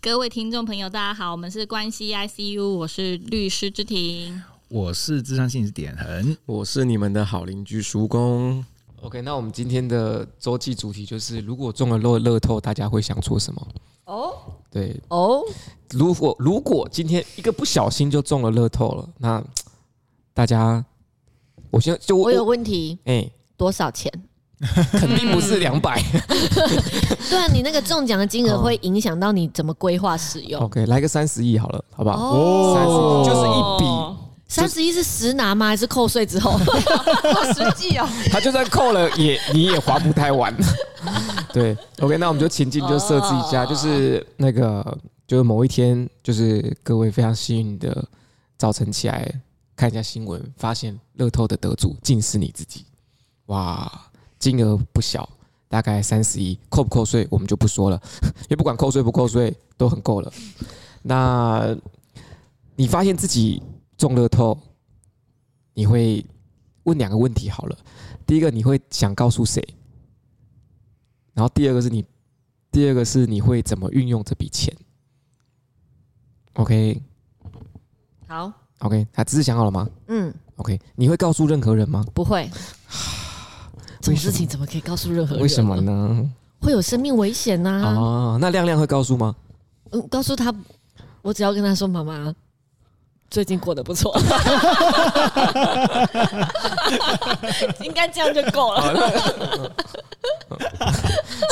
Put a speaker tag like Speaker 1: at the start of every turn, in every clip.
Speaker 1: 各位听众朋友，大家好，我们是关系 ICU，我是律师之庭。
Speaker 2: 我是智商心理师点恒，
Speaker 3: 我是你们的好邻居叔公。OK，那我们今天的周记主题就是：如果中了乐乐透，大家会想做什么？
Speaker 4: 哦
Speaker 3: 对，
Speaker 4: 哦，
Speaker 3: 如果如果今天一个不小心就中了乐透了，那大家，我先就
Speaker 4: 我有
Speaker 3: 我
Speaker 4: 问题，
Speaker 3: 哎、
Speaker 4: 多少钱？
Speaker 3: 肯定不是两 百。
Speaker 4: 对啊，你那个中奖的金额会影响到你怎么规划使用。
Speaker 3: OK，来个三十亿好了，好不好？三十
Speaker 4: 哦
Speaker 3: 亿就是
Speaker 4: 三十一是实拿吗？还是扣税之后？
Speaker 5: 好实际哦，
Speaker 3: 一笔， 他就算扣了也你也划不太完。 对，OK，那我们就情境就设置一下，就是那个就是某一天，就是各位非常幸运的早晨起来看一下新闻，发现乐透的得主竟是你自己，哇，金额不小。大概三十亿，扣不扣税我们就不说了， 因为不管扣税不扣税都很够了。那你发现自己中乐透，你会问两个问题好了。第一个你会想告诉谁？然后第二个是你，第二个是你会怎么运用这笔钱？OK
Speaker 4: 好，
Speaker 3: OK，他只是想好了吗
Speaker 4: 嗯，
Speaker 3: ？OK，你会告诉任何人吗？
Speaker 4: 不会。这
Speaker 3: 为
Speaker 4: 种
Speaker 3: 什么
Speaker 4: 事情怎么可以告啊诉任何人？
Speaker 3: 为什么？呢？
Speaker 4: 会有生命危险呐、
Speaker 3: 啊，那亮亮会告诉 吗？
Speaker 4: 嗯，告诉他，我只要跟他说：“妈妈，最近过得不错。” 应该这样就够了。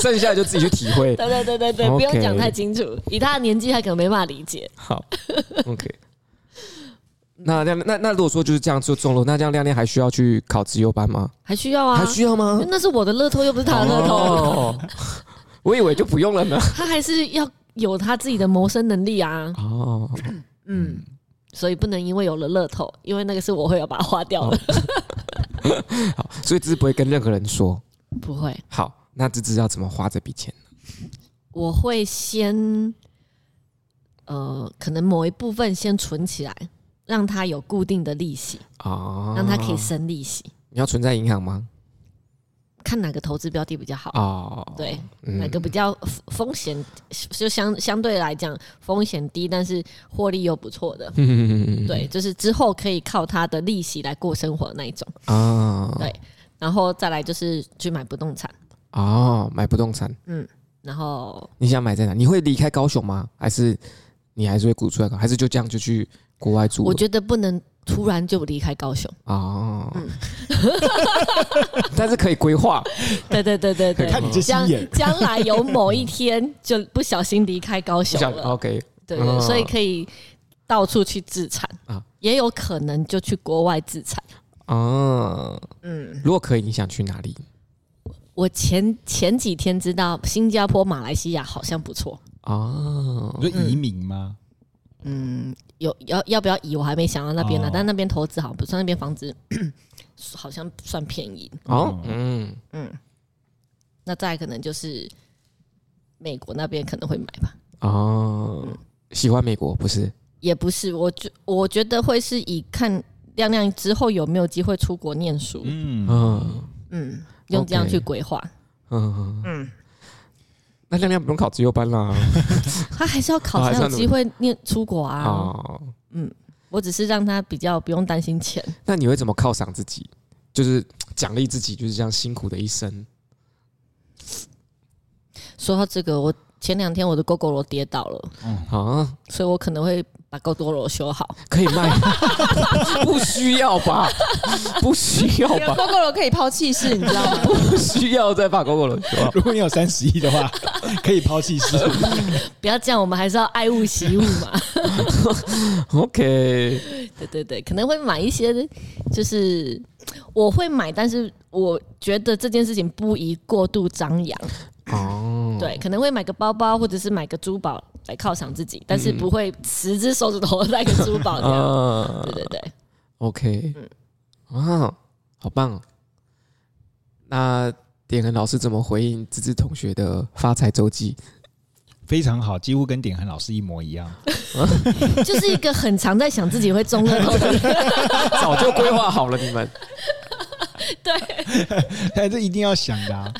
Speaker 3: 剩下的就自己去体会。
Speaker 4: 对对对对对，
Speaker 3: OK
Speaker 4: 不用讲太清楚。以他的年纪，他可能没办法理解。
Speaker 3: 好，OK。那亮那那如果说就是这样就中了，那这样亮亮还需要去考职优班吗？
Speaker 4: 还需要啊
Speaker 3: 还，需要吗
Speaker 4: 因为？那是我的乐透，又不是他的乐透，
Speaker 3: 哦， 我以为就不用了呢。
Speaker 4: 他还是要有他自己的谋生能力啊。
Speaker 3: 哦，
Speaker 4: 嗯，所以不能因为有了乐透，因为那个是我会要把它花掉的。
Speaker 3: 好，所以芝芝不会跟任何人说。
Speaker 4: 不会，
Speaker 3: 好，那芝芝要怎么花这笔钱？
Speaker 4: 我会先，呃，可能某一部分先存起来，让他有固定的利息，
Speaker 3: 哦，
Speaker 4: 让他可以生利息，
Speaker 3: 你要存在银行吗？
Speaker 4: 看哪个投资标的比较好。
Speaker 3: 哦，
Speaker 4: 对，
Speaker 3: 嗯
Speaker 4: 哪个比较风险就相相对来讲风险低，但是获利又不错的，
Speaker 3: 嗯
Speaker 4: 对，就是之后可以靠它的利息来过生活的那一种，
Speaker 3: 啊，
Speaker 4: 对然后再来就是去买不动产，
Speaker 3: 哦，买不动产，
Speaker 4: 然后
Speaker 3: 你想买在哪？你会离开高雄吗？还是你还是会鼓出来搞？还是就这样就去国外住了？
Speaker 4: 我觉得不能突然就离开高雄，
Speaker 3: 哦，
Speaker 4: 嗯
Speaker 3: 但是可以规 划，
Speaker 4: 对对对对对，
Speaker 2: 看你这心
Speaker 4: 将
Speaker 2: 眼
Speaker 4: 将来有某一天就不小心离开高雄
Speaker 3: 像
Speaker 4: 了，
Speaker 3: OK
Speaker 4: 对对，
Speaker 3: 嗯
Speaker 4: 所以可以到处去自产
Speaker 3: 啊
Speaker 4: 也有可能就去国外自产，
Speaker 3: 啊。
Speaker 4: 嗯。
Speaker 3: 如果可以，你想去哪里？
Speaker 4: 我前前几天知道新加坡、马来西亚好像不错，
Speaker 3: 哦，
Speaker 2: 你说移民吗？
Speaker 4: 嗯，有要要不要移？我还没想到那边呢、
Speaker 2: 哦
Speaker 4: 但那边投资好像不算，那边房子 好像算便宜。
Speaker 3: 哦，嗯，
Speaker 4: 嗯，那再来可能就是美国那边可能会买吧，
Speaker 3: 哦，
Speaker 4: 嗯
Speaker 3: 喜欢美国不是？
Speaker 4: 也不是，我觉我觉得会是以看亮亮之后有没有机会出国念书，嗯，
Speaker 2: 嗯，
Speaker 3: 嗯
Speaker 4: 用这样
Speaker 3: OK
Speaker 4: 去规划。
Speaker 3: 嗯嗯。那亮亮不用考自由班啦。
Speaker 4: 他还是要考
Speaker 3: 哦还
Speaker 4: 才
Speaker 3: 是
Speaker 4: 有
Speaker 3: 要
Speaker 4: 机会念出国啊。
Speaker 3: 哦，
Speaker 4: 我只是让他比较不用担心钱。
Speaker 3: 那你会怎么犒赏自己？就是奖励自己，就是这样辛苦的一生。
Speaker 4: 说到这个，我前两天我的 g o g o 罗跌倒了，
Speaker 3: 啊，
Speaker 4: 所以我可能会把 g o g o 罗修好。
Speaker 3: 可以 卖？不需要吧？不需要
Speaker 5: 你的
Speaker 3: 吧？
Speaker 5: GoGo 楼可以抛弃式，你知道吗？
Speaker 3: 不需要再把狗狗了。
Speaker 2: 如果你有三十亿的 话，可以抛弃式。
Speaker 4: 不要这样，我们还是要爱物惜物嘛。
Speaker 3: OK，
Speaker 4: 对对对，可能会买一些，就是我会买，但是我觉得这件事情不宜过度张扬。
Speaker 3: 哦，
Speaker 4: 对，可能会买个包包或者是买个珠宝来犒赏自己，但是不会十只手指头 戴个珠宝这样。
Speaker 3: 啊
Speaker 4: 对嗯对对，
Speaker 3: ，OK，啊，好棒哦！那点恒老师怎么回应芝芝同学的发财周记？
Speaker 2: 非常好，几乎跟点恒老师一模一样。
Speaker 4: 就是一个很常在想自己会中乐透的人。
Speaker 3: 早就规划好了，你们
Speaker 2: 但这一定要想 的、啊。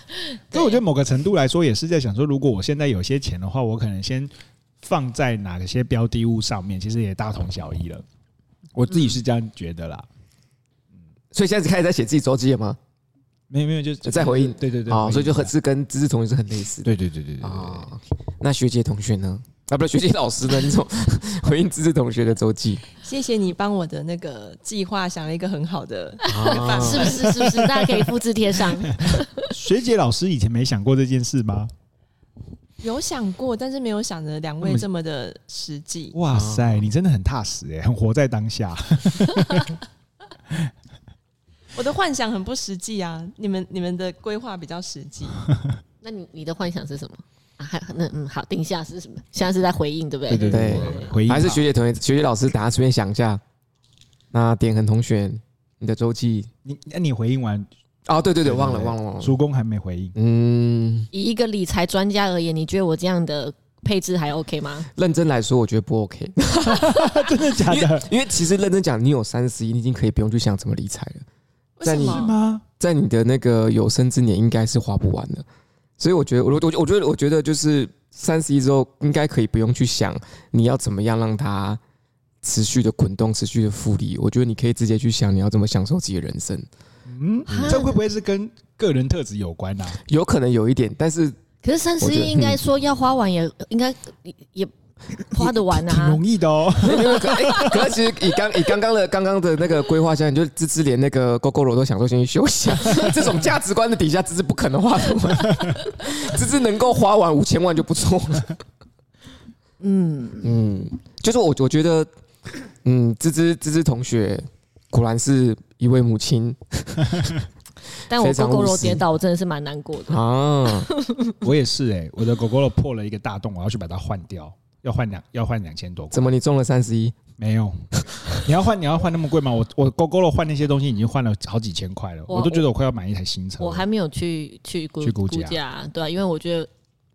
Speaker 2: 所以我觉得某个程度来说，也是在想说，如果我现在有些钱的话，我可能先放在哪些标的物上面，其实也大同小异了。我自己是这样觉得啦，
Speaker 3: 所以现在开始在写自己周记了吗？
Speaker 2: 没有没有，就是
Speaker 3: 在回应
Speaker 2: 对对对，
Speaker 3: 哦，所以就很
Speaker 2: 回
Speaker 3: 是跟知识同学是很类似
Speaker 2: 应对
Speaker 3: 的。
Speaker 2: 对对对对对对，
Speaker 3: 啊、那学姐同学呢？啊，不是学姐老师呢？ 你怎么回应知识同学的周记？
Speaker 5: 谢谢你帮我的那个计划想了一个很好的，
Speaker 3: 啊
Speaker 4: 是不是？是不是？大家可以复制贴上。
Speaker 2: 学姐老师以前没想过这件事吗？
Speaker 5: 有想过，但是没有想着两位这么的实际。
Speaker 2: 哇
Speaker 3: 哦
Speaker 2: 塞，你真的很踏实哎、很活在当下。
Speaker 5: 我的幻想很不实际啊，你们你们的规划比较实际。
Speaker 4: 那你你的幻想是什么？啊，还那嗯，好，定一下是什么？现在是在回应，对不对？
Speaker 2: 对对，回应
Speaker 3: 还是
Speaker 2: 吧
Speaker 3: 学姐同学、学姐老师，大家随便想一下。那点恒同学，你的周记
Speaker 2: 你，那你回应完，
Speaker 3: 哦，对对
Speaker 2: 对
Speaker 3: 对，忘了
Speaker 2: 对
Speaker 3: 忘了忘了。
Speaker 2: 叔公还没回应。
Speaker 3: 嗯，
Speaker 4: 以一个理财专家而言，你觉得我这样的配置还 OK 吗？
Speaker 3: 认真来说，我觉得 不 OK，
Speaker 2: 真的假
Speaker 3: 因为
Speaker 2: 的？
Speaker 3: 因为其实认真讲，你有三十一，你已经可以不用去想怎么理财了，
Speaker 5: 为什
Speaker 3: 在你
Speaker 2: 是
Speaker 5: 么？
Speaker 2: 吗？
Speaker 3: 在你的那个有生之年应该是花不完的。所以我觉得，我我我觉得，我觉得就是三十一之后，应该可以不用去想你要怎么样让它持续的滚动、持续的复利。我觉得你可以直接去想你要怎么享受自己的人生。
Speaker 2: 嗯，这会不会是跟个人特质有关啊？
Speaker 3: 有可能有一点，但是
Speaker 4: 可是三
Speaker 3: 我
Speaker 4: 十
Speaker 3: 觉得
Speaker 4: 一应该说要花完也应该也花得完
Speaker 2: 挺
Speaker 4: 啊。
Speaker 2: 容易的哦。
Speaker 3: 没有可、欸、可是其实以刚以刚刚的刚刚的那个规划下，你就芝芝连那个勾勾罗都想说先去休息、啊，这种价值观的底下，芝芝不可能花得完，芝芝能够花完五千万就不错了。
Speaker 4: 嗯，
Speaker 3: 嗯，就是我我觉得，嗯，芝芝芝芝同学果然是一位母亲
Speaker 4: 但我
Speaker 3: 非常
Speaker 4: 勾
Speaker 3: 务
Speaker 4: 勾肉
Speaker 3: 实
Speaker 4: 跌倒，我真的是蛮难过的。
Speaker 3: 啊，
Speaker 2: 我也是哎、我的狗狗肉破了一个大洞，我要去把它换掉，要换两要换两千多块。
Speaker 3: 怎么你中了三十一？
Speaker 2: 没有， 你要换你要换那么贵吗？我我狗狗肉换那些东西已经换了好几千块了，
Speaker 4: 我
Speaker 2: 我都觉得我快要买一台新车了。
Speaker 4: 我还没有去去估
Speaker 2: 去估
Speaker 4: 估
Speaker 2: 价
Speaker 4: 价，对啊，因为我觉得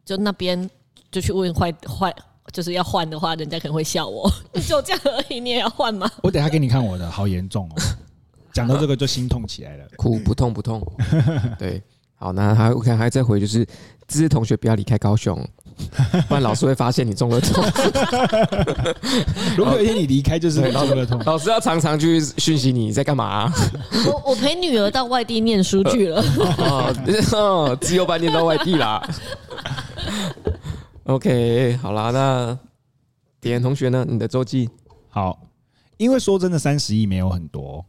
Speaker 4: 就那边就去问坏坏，就是要换的话，人家可能会笑 我，就这样而已，你也要换吗？
Speaker 2: 我等一下给你看我的，好严重哦。讲到这个就心痛起来了。
Speaker 3: 哭不痛不痛。对，好，那还我看还再回就是，芝芝同学不要离开高雄，不然老师会发现你中了痛。
Speaker 2: 如果有一天你离开，就是
Speaker 3: 对
Speaker 2: 中了痛。
Speaker 3: 老师要常常去讯息你在干嘛、啊？
Speaker 4: 我我陪女儿到外地念书去了，
Speaker 3: 哦，自由班念到外地啦。OK，好啦，那点同学呢？你的周记
Speaker 2: 好，因为说真的，三十亿没有很多，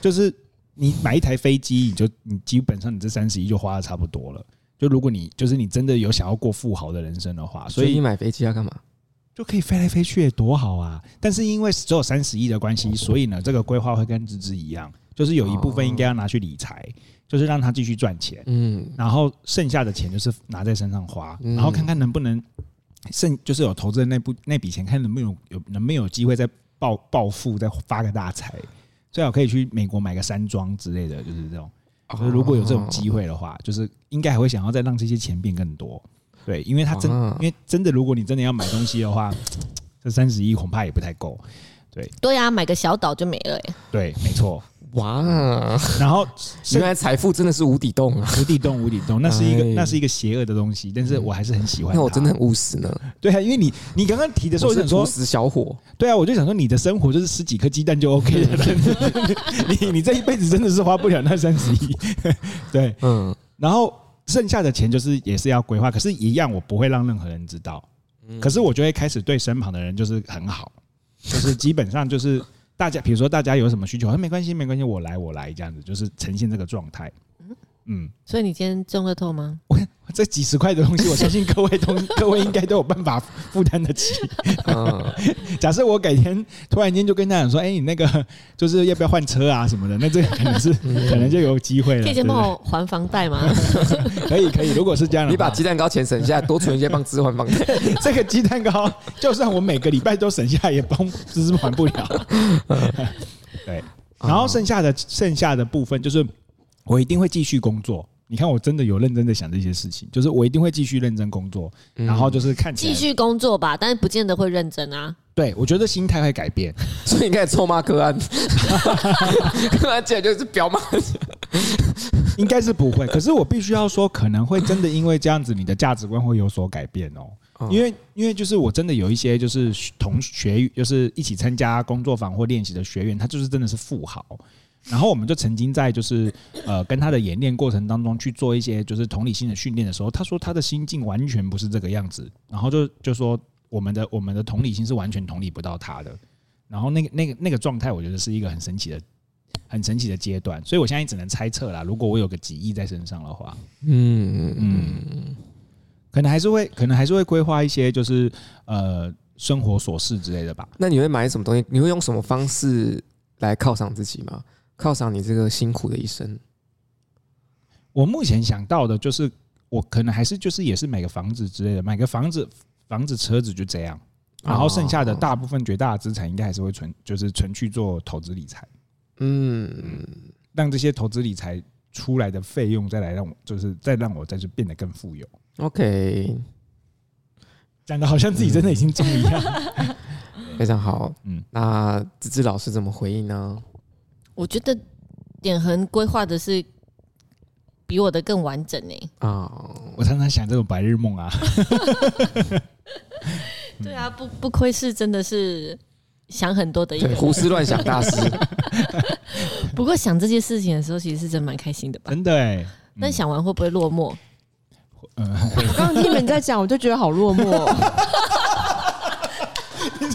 Speaker 2: 就是你买一台飞机，你就你基本上你这三十亿就花的差不多了。就如果你就是你真的有想要过富豪的人生的话，所
Speaker 3: 所以
Speaker 2: 以
Speaker 3: 你买飞机要干嘛？
Speaker 2: 就可以飞来飞去，多好啊！但是因为只有三十亿的关系，所以呢，这个规划会跟芝芝一样，就是有一部分应该要拿去理财，就是让他继续赚钱，
Speaker 3: 嗯，
Speaker 2: 然后剩下的钱就是拿在身上花，
Speaker 3: 嗯
Speaker 2: 然后看看能不能剩，就是有投资的那部那笔钱，看能不能有有能不能有机会再暴暴富，再发个大财。最好可以去美国买个山庄之类的，就是这种。
Speaker 3: 哦
Speaker 2: 就是如果有这种机会的话，就是应该还会想要再让这些钱变更多。对，因为他真，
Speaker 3: 啊
Speaker 2: 因为真的，如果你真的要买东西的话，这三十亿恐怕也不太够。
Speaker 4: 对啊，买个小岛就没了、欸，
Speaker 2: 对，没错。
Speaker 3: 哇，
Speaker 2: 然后
Speaker 3: 原来财富真的是无底洞啊！
Speaker 2: 无底洞，无底洞，那是一个
Speaker 3: 哎
Speaker 2: 那是一个邪恶的东西，但是我还是很喜欢它。
Speaker 3: 那我真的很务实呢，
Speaker 2: 对啊，因为你你刚刚提的时候，我
Speaker 3: 我是
Speaker 2: 想说
Speaker 3: 朴，实小伙。
Speaker 2: 对啊，我就想说，你的生活就是吃几颗鸡蛋 就 OK 了。 你你这一辈子真的是花不了那三十亿。 对，
Speaker 3: 嗯，
Speaker 2: 然后剩下的钱就是也是要规划，可是一样我不会让任何人知道。
Speaker 3: 嗯
Speaker 2: 可是我就会开始对身旁的人就是很好，就是基本上就是 大家，比如说大家有什么需求，啊没关系没关系，我来我来这样子，就是呈现这个状态。嗯，
Speaker 4: 所以你今天中了透吗？
Speaker 2: 这几十块的东西，我相信各位同各位应该都有办法负担得起。
Speaker 3: 嗯，
Speaker 2: 假设我改天突然间就跟他讲说，哎、你那个 就是要不要换车啊什么的，那这个可能 是可能就有机会
Speaker 3: 啊
Speaker 2: 了。
Speaker 4: 可以
Speaker 2: 对
Speaker 4: 先
Speaker 2: 不
Speaker 4: 帮
Speaker 2: 对
Speaker 4: 我还房贷吗？
Speaker 2: 可以可以，如果是这样的话，
Speaker 3: 你把鸡蛋糕钱省下，多存一些帮置换房。
Speaker 2: 这个鸡蛋糕，就算我每个礼拜都省下，也帮芝芝还不 了。
Speaker 3: 嗯
Speaker 2: 对，然后剩下的剩下的部分就是，我一定会继续工作。你看，我真的有认真的想这些事情，就是我一定会继续认真工作，
Speaker 3: 嗯
Speaker 2: 然后就是看起
Speaker 4: 继
Speaker 2: 来，
Speaker 4: 续工作吧，但是不见得会认真啊。
Speaker 2: 对我觉得心态会改变。
Speaker 3: 所以你开始臭骂柯 安，柯安进来就是表骂。
Speaker 2: 应该是不会，可是我必须要说，可能会真的因为这样子，你的价值观会有所改变哦。
Speaker 3: 嗯
Speaker 2: 因为因为就是我真的有一些就是同学，就是一起参加工作坊或练习的学员，他就是真的是富豪。然后我们就曾经在就是呃跟他的演练过程当中去做一些就是同理心的训练的时候，他说他的心境完全不是这个样子，然后就就说我们的我们的同理心是完全同理不到他的。然后那个那个那个状态，我觉得是一个很神奇的、很神奇的阶段，所以我现在只能猜测啦。如果我有个几亿在身上的话，
Speaker 3: 嗯嗯，
Speaker 2: 可能还是会，可能还是会规划一些，就是呃生活琐事之类的吧。
Speaker 3: 那你会买什么东西？你会用什么方式来犒赏自己吗？犒赏你这个辛苦的一生？
Speaker 2: 我目前想到的就是，我可能还是就是也是买个房子之类的，买个房子、房子、车子就这样。然后啊剩下的大部分、绝大的资产应该还是会存，就是存去做投资理财，
Speaker 3: 嗯，
Speaker 2: 让这些投资理财出来的费用再来让我，就是再让我再去变得更富有。
Speaker 3: OK，
Speaker 2: 讲的好像自己真的已经中一样。
Speaker 3: 非常好。
Speaker 2: 嗯
Speaker 3: 那芝芝老师怎么回应呢？
Speaker 4: 我觉得点恒规划的是比我的更完整呢、
Speaker 3: 啊，
Speaker 2: 我常常想这种白日梦啊，
Speaker 4: 对啊，不不愧是真的是想很多的一个
Speaker 3: 对，
Speaker 4: 人。
Speaker 3: 胡思乱想大 师，
Speaker 4: 不过想这些事情的时候，其实是真蛮开心的
Speaker 3: 嗯
Speaker 4: 吧？
Speaker 2: 真的哎、
Speaker 4: 但想完会不会落寞？
Speaker 2: 嗯、
Speaker 5: 我刚刚听你们在讲，我就觉得好落寞哦、 我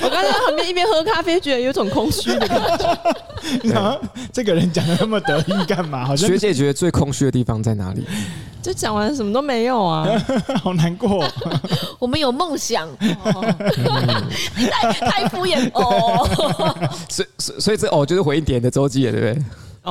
Speaker 5: 刚刚在旁边一边喝咖啡，觉得有种空虚 的感觉。
Speaker 2: 这个人讲的那么得意干嘛？好像
Speaker 3: 学姐觉得最空虚的地方在哪里？
Speaker 5: 就讲完什么都没有 啊，
Speaker 2: 好难过。
Speaker 4: 我们有梦想，哦 太太敷衍哦。
Speaker 3: 所以所以所以这哦，就是回应点的周记了，对不对？哦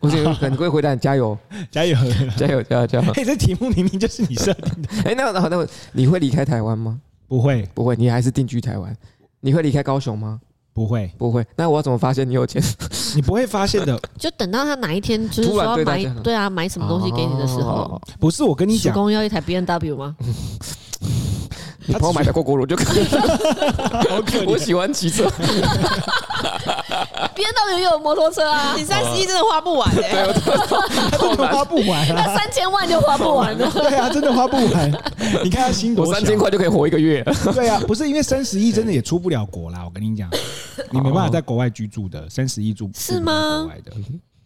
Speaker 3: 我觉得很会回答你，加 油，
Speaker 2: 吗加油！
Speaker 3: 加油，加油，加油！
Speaker 2: 嘿，这题目明明就是你设定的，
Speaker 3: 哎，那那那，你会离开台湾吗？
Speaker 2: 不会
Speaker 3: 不会，你还是定居台湾。你会离开高雄吗？
Speaker 2: 不会，
Speaker 3: 不会。那我要怎么发现你有钱？
Speaker 2: 你不会发 现的。
Speaker 4: 就等到他哪一天就是
Speaker 3: 突
Speaker 4: 说
Speaker 3: 然
Speaker 4: 要
Speaker 3: 对大
Speaker 4: 买
Speaker 3: 家
Speaker 4: 对啊买什么东西给你的时候，
Speaker 3: 哦，
Speaker 2: 不是我跟你
Speaker 4: 主
Speaker 2: 讲，
Speaker 4: 公要一台 B N W 吗？
Speaker 3: 你帮我买台过锅炉就可以。
Speaker 2: 好可
Speaker 3: 我
Speaker 2: 怜。
Speaker 3: 喜欢骑车，
Speaker 4: B N W 也有摩托车啊，
Speaker 5: 你三十亿真的花不完哎、
Speaker 3: 对，我
Speaker 2: 他真的花不完
Speaker 4: 那
Speaker 2: 啊！
Speaker 4: 三千万就花不完 了。
Speaker 2: 对啊，真的花不完。你看他心多
Speaker 3: 我三
Speaker 2: 小
Speaker 3: 千块就可以活一个月。
Speaker 2: 对啊，不是 因为三十亿真的也出不了国啦，我跟你讲，你没办法在国外居住的，三十亿住
Speaker 4: 是
Speaker 2: 住
Speaker 4: 吗
Speaker 2: 不了国外的，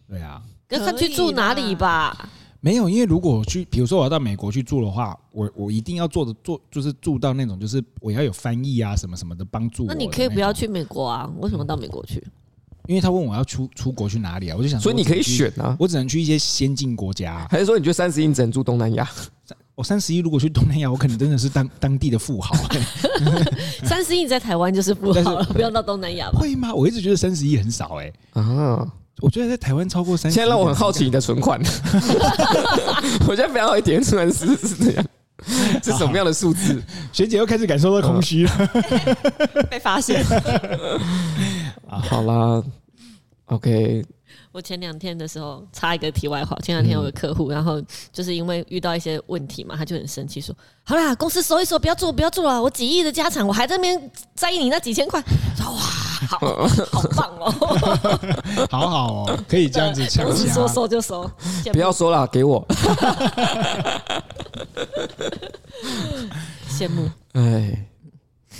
Speaker 2: 对啊，
Speaker 4: 可是他去住哪里吧？
Speaker 2: 没有，因为如果我去，比如说我要到美国去住的话，我我一定要做的做就是住到那种，就是我要有翻译啊什么什么的帮助我
Speaker 4: 那
Speaker 2: 的
Speaker 4: 你可以不要
Speaker 2: 种，
Speaker 4: 去美国啊？为什么到美国去？
Speaker 2: 因为他问我要出出国去哪里啊，我就想说
Speaker 3: 所以你可以
Speaker 2: 我只能去
Speaker 3: 选啊，
Speaker 2: 我只能去一些先进国家啊、
Speaker 3: 还是说你觉得三十英只能住东南亚？
Speaker 2: 我三十一如果去东南亚，我可能真的是当 当地的富豪、嗯
Speaker 4: 三十亿在台湾就是不好了， 不要到东南亚吧。
Speaker 2: 会吗？我一直觉得三十一很少哎、
Speaker 3: 啊，
Speaker 2: 我觉得在台湾超过三，
Speaker 3: 现在让我很好奇你的存 款，我现在非常好奇点存款是是怎 样，是什么样的数字？
Speaker 2: 学姐又开始感受到空虚
Speaker 3: 嗯
Speaker 2: 了。
Speaker 5: 被发现。
Speaker 3: 好啦，OK，
Speaker 4: 我前两天的时候插一个题外话，前两天有个客
Speaker 2: 嗯
Speaker 4: 户，然后就是因为遇到一些问题嘛，他就很生气说：“好啦，公司收一收，不要做，不要做啊了，我几亿的家产，我还在那边在意你那几千块， 哇，好好棒哦，
Speaker 2: 好好哦，可 以这样子抢
Speaker 4: 公司
Speaker 2: 起
Speaker 4: 啊说收就收，羡慕
Speaker 3: 不要说了，给我。
Speaker 4: 羡慕。
Speaker 3: 哎，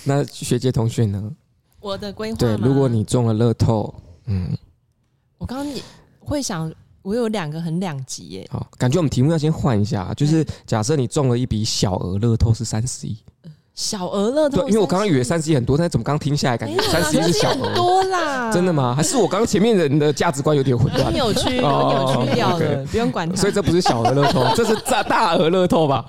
Speaker 3: 那学姐同学呢？
Speaker 5: 我的规划
Speaker 3: 对，
Speaker 5: 吗
Speaker 3: 如果你中了乐透，嗯，
Speaker 5: 我刚刚也会想，我有两个很两极耶、
Speaker 3: 好，感觉我们题目要先换一下，啊就是假设你中了一笔小额乐透是三十亿，
Speaker 5: 小额乐透
Speaker 3: 对，
Speaker 5: 30，
Speaker 3: 因为我刚刚以为三十亿很多，但怎么刚听下来感
Speaker 5: 没
Speaker 3: 觉
Speaker 5: 有
Speaker 3: 三
Speaker 5: 啦，
Speaker 3: 十亿是小
Speaker 5: 30很
Speaker 3: 额？
Speaker 5: 多啦，
Speaker 3: 真的吗？还是我刚刚前面人的价值观有点混乱
Speaker 5: 很？扭曲，
Speaker 3: 哦
Speaker 5: 很扭曲掉了，
Speaker 3: OK
Speaker 5: 不用管它。
Speaker 3: 所以这不是小额乐透， 这是大大额乐透吧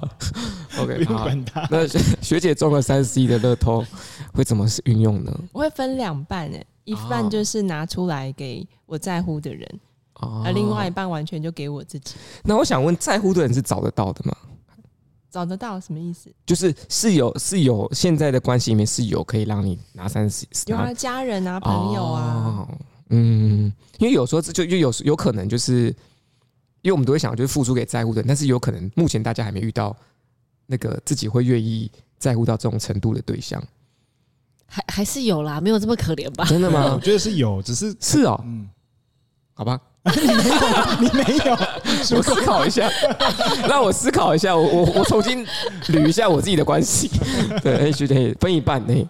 Speaker 2: 不
Speaker 3: ？OK，
Speaker 2: 用
Speaker 3: 好。
Speaker 2: 管他。
Speaker 3: 那学学姐中了三十亿的乐透，会怎么运用呢？
Speaker 5: 我会分两半诶、一半就是拿出来给我在乎的人，
Speaker 3: 哦
Speaker 5: 啊而另外一，半完全就给我自己。
Speaker 3: 那我想问，在乎的人是找得到的吗？
Speaker 5: 找得到什么意思？
Speaker 3: 就是是有是有现在的关系里面是有可以让你拿三十，
Speaker 5: 有
Speaker 3: 拿
Speaker 5: 啊，家人啊，朋友啊，
Speaker 3: 哦，嗯，因为有时候这就就有时有可能就是，因为我们都会想就是付出给在乎的人，但是有可能目前大家还没遇到那个自己会愿意在乎到这种程度的对象，
Speaker 4: 还还是有啦，没有这么可怜吧？
Speaker 3: 真的
Speaker 2: 我
Speaker 3: 吗？
Speaker 2: 觉得是有，只是
Speaker 3: 是哦，
Speaker 2: 嗯，
Speaker 3: 好吧，
Speaker 2: 你没有，
Speaker 4: 啊
Speaker 3: 我思考一 下，让我思考一下，我我我重新捋一下我自己的关 系，对，哎觉得分一半呢，